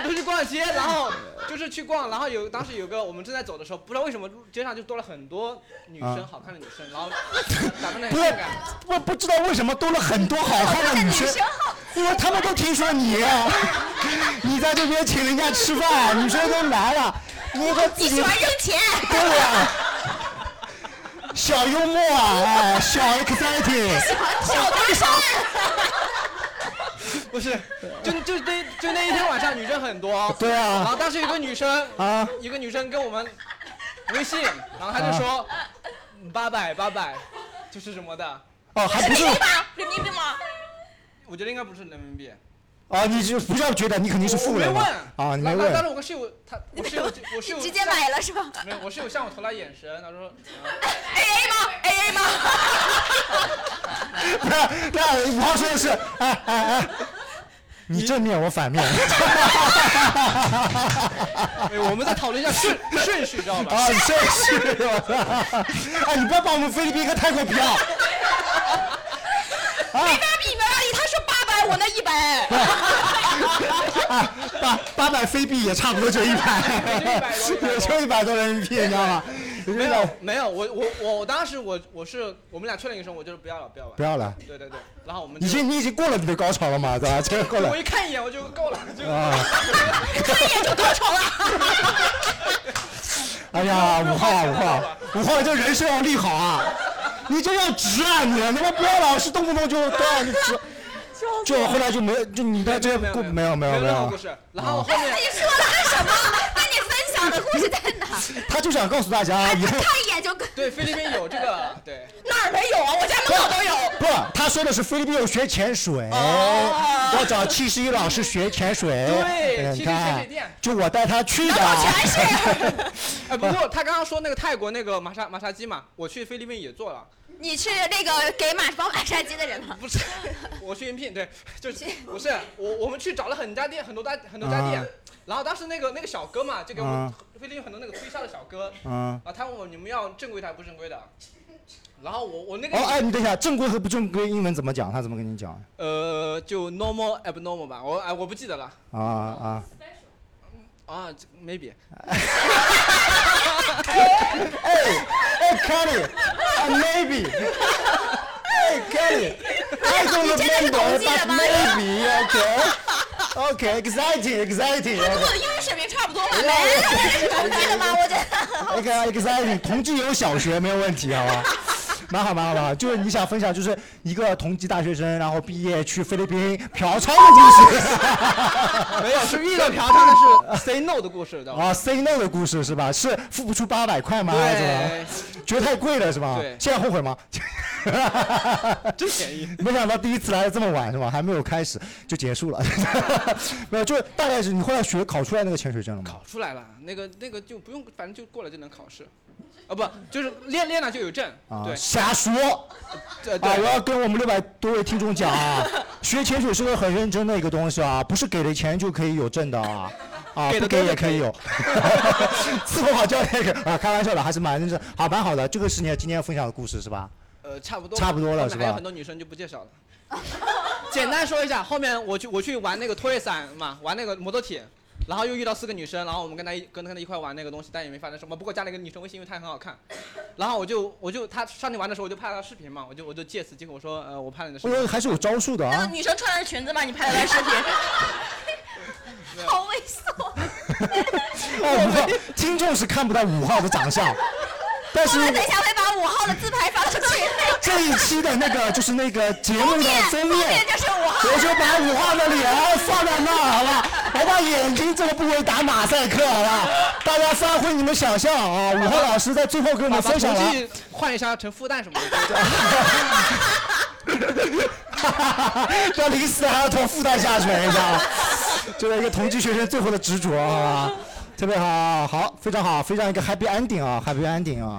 Speaker 4: 出去逛街，然后就是去逛，然后有当时有个我们正在走的时候，不知道为什么路街上就多了很多女生，
Speaker 2: 啊
Speaker 4: 好看的女生， 然后打扮的很
Speaker 2: 不
Speaker 4: 性
Speaker 2: 是
Speaker 4: 感。
Speaker 2: 不不知道为什么多了很多好看的女生，因为他们都听说你，你在这边请人家吃饭，女生都来了，你说自
Speaker 1: 你
Speaker 2: 己
Speaker 1: 喜欢扔钱？
Speaker 2: 对呀、小幽默啊，哎，小 exciting，
Speaker 1: 小搭讪。
Speaker 4: 不是，就就那就那一天晚上女生很多，哦
Speaker 2: 对
Speaker 4: 然
Speaker 2: 啊
Speaker 4: 后当时有个女生，
Speaker 2: 啊，
Speaker 4: 一个女生跟我们微信，然后她就
Speaker 2: 啊
Speaker 4: 说嗯八百八百，就是什么的，
Speaker 2: 哦，还不是
Speaker 1: 人民币吗？人民币吗？
Speaker 4: 我觉得应该不是人民币，
Speaker 2: 哦，你就不要觉得你肯定是
Speaker 4: 我
Speaker 2: 富
Speaker 4: 没
Speaker 2: 人
Speaker 4: 问
Speaker 2: 嘛啊，你没
Speaker 4: 然后
Speaker 2: 问
Speaker 4: 当时我跟室友，他我室友就我室友
Speaker 3: 直接买了是吧？
Speaker 4: 没有，我室友向我投来眼神，他说、 啊
Speaker 1: A A 吗？A A 吗？
Speaker 2: 不是， 那五号说的是，哎哎哎，你正面我反 面，啊
Speaker 4: 哎我们再讨论一下顺顺序，知道吧？
Speaker 2: 啊，这是我操， 哎，你不要把我们菲律宾跟泰国比啊，
Speaker 1: 没法比，没法比。他说八百，我那一百。
Speaker 2: 啊，八八百菲币也差不多就一百，也就一百多人民币，你知道吗？
Speaker 4: 没有没有，我我我我当时我我是我们俩确认一个声，我就是不要了，不要玩
Speaker 2: 不。要了，
Speaker 4: 对对对，然后我们
Speaker 2: 已
Speaker 4: 就
Speaker 2: 啊经你已经过了你的高潮了嘛，对吧？这个过了
Speaker 4: 我。一看一眼我就够了，就、
Speaker 2: 啊，看一眼就高潮了。哎呀，五号啊，五号啊，五号，这人设要立好啊！你这要直啊你，他妈不要老是动不动就对啊，你直， 就后来就没，就你的这
Speaker 4: 没有
Speaker 2: 故
Speaker 4: 没
Speaker 2: 没
Speaker 4: 有
Speaker 2: 有没有没啊
Speaker 4: 任何故
Speaker 2: 有，
Speaker 4: 事。然后后面
Speaker 3: 你说的是什么？那你分享的故事在哪？
Speaker 2: 他就想告诉大家以后。
Speaker 3: 看一眼就
Speaker 4: 对菲律宾有这个对，
Speaker 1: 哪儿没有啊？我家门口都有。
Speaker 2: 不，他说的是菲律宾有学潜水，要找七十一老师学潜水。
Speaker 4: 哦对
Speaker 2: 嗯
Speaker 4: 71
Speaker 2: 你看
Speaker 4: 潜水店，
Speaker 2: 就我带他去的。
Speaker 4: 哎 不过他刚刚说那个泰国那个马杀马杀鸡嘛，我去菲律宾也做了，
Speaker 3: 你是那个给马帮马杀鸡的人吗？
Speaker 4: 不是我去应聘对，就是不是我我们去找了很家店很多家很多家店
Speaker 2: 啊，
Speaker 4: 然后当时那个那个小哥嘛就给我们
Speaker 2: 啊
Speaker 4: 菲律宾很多那个推销的小哥，
Speaker 2: 嗯。
Speaker 4: 啊，他问我你们要正规的还是不正规的，然后我我那个、
Speaker 2: 哦，哎，你等一下，正规和不正规英文怎么讲？他怎么跟你讲？
Speaker 4: 呃就 normal abnormal 吧，我哎我不记得了
Speaker 2: 啊啊！
Speaker 4: 啊这 maybe
Speaker 2: 哎，Kelly，啊，maybe，哎，Kelly，I don't remember but maybe okay okay exciting
Speaker 1: 跟
Speaker 2: exciting
Speaker 1: 我的英语水平差不多嘛。
Speaker 3: 同济的吗？我觉得
Speaker 2: okay exciting 同济有小学没有问题，好吧？蛮好蛮好蛮好，就是你想分享，就是一个同济大学生，然后毕业去菲律宾嫖娼的故事，
Speaker 4: 没有是遇到嫖娼的是 say no 的故事，知道吧？
Speaker 2: 啊，say no 的故事是吧？是付不出八百块吗？还是怎么
Speaker 4: 对，
Speaker 2: 觉得太贵了是吧？
Speaker 4: 对
Speaker 2: 现在后悔吗？
Speaker 4: 真便宜。
Speaker 2: 没想到第一次来的这么晚是吧？还没有开始就结束了， 没有，就是大概是你后来学考出来那个潜水证了吗？
Speaker 4: 考出来了，那个那个就不用，反正就过了就能考试，啊不，就是练练了就有证，
Speaker 2: 啊，
Speaker 4: 对，
Speaker 2: 瞎说
Speaker 4: 对
Speaker 2: 啊！我
Speaker 4: 对
Speaker 2: 要跟我们六百多位听众讲啊，学潜水是个很认真的一个东西啊，不是给了钱就可以有证的啊。啊，
Speaker 4: 给
Speaker 2: 不
Speaker 4: 的
Speaker 2: 给
Speaker 4: 多
Speaker 2: 也
Speaker 4: 就
Speaker 2: 可
Speaker 4: 可
Speaker 2: 以
Speaker 4: 以
Speaker 2: 有， 伺候好教练也可以 啊，开玩笑的，还是蛮认真，好，蛮好的。这个是你今天分享的故事是吧？
Speaker 4: 呃差不多，
Speaker 2: 差不多了
Speaker 4: 后面
Speaker 2: 是吧
Speaker 4: 还有很多女生就不介绍了， 简单说一下，后面我去我去玩那个拖曳伞嘛，玩那个摩托艇，然后又遇到四个女生，然后我们跟她一跟跟她一块玩那个东西，但也没发生什么。不过加了一个女生微信，因为她很好看，然后我就我就她上去玩的时候，我就拍了她视频嘛，我就我就借此机会我说呃我拍了你的视
Speaker 2: 我
Speaker 4: 频
Speaker 2: 说，还是有招数的
Speaker 1: 那个
Speaker 2: 啊。
Speaker 1: 女生穿着裙子嘛，你拍了段视频，
Speaker 3: 好猥琐，
Speaker 2: 哦，五号听众是看不到五号的长相，但是
Speaker 3: 我们等一下会把五号的自拍放上去，
Speaker 2: 这一期的那个就是那个节目的封
Speaker 3: 后
Speaker 2: 面
Speaker 3: 面，就是五号。
Speaker 2: 我就把五号的脸啊放在那儿好吧，我把眼睛这个部位打马赛克好吧，大家发挥你们想象啊！五号老师在最后给我
Speaker 4: 把
Speaker 2: 们
Speaker 4: 把
Speaker 2: 分享
Speaker 4: 头
Speaker 2: 了。啊
Speaker 4: 绪换一下成复旦什么的。
Speaker 2: 要临死还要从复旦下水，你知道吗？这是一个同济学生最后的执着啊，特别好，好，非常好，非常一个 happy ending 啊，happy ending 啊。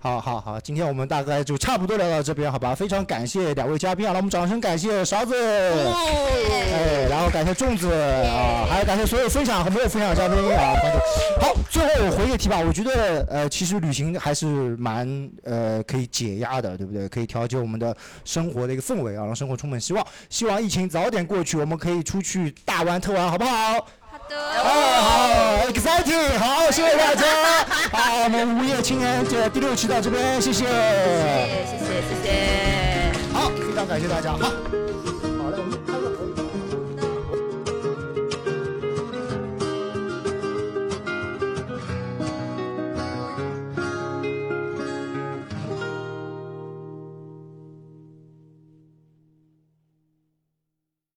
Speaker 2: 好好好，今天我们大概就差不多聊到这边，好吧？非常感谢两位嘉宾啊，让我们掌声感谢勺子，哎，然后感谢粽子啊，还有感谢所有分享和没有分享的嘉宾啊，观众。好，最后我回一个题吧，我觉得呃，其实旅行还是蛮呃可以解压的，对不对？可以调节我们的生活的一个氛围啊，让生活充满希望。希望疫情早点过去，我们可以出去大玩特玩，好不好？好
Speaker 3: 好的，
Speaker 2: 好，exciting，好，谢谢大家。好，我们午夜情人这第六期到这边，谢谢。
Speaker 3: 谢谢谢谢谢谢。
Speaker 2: 好，非常感谢大家，好。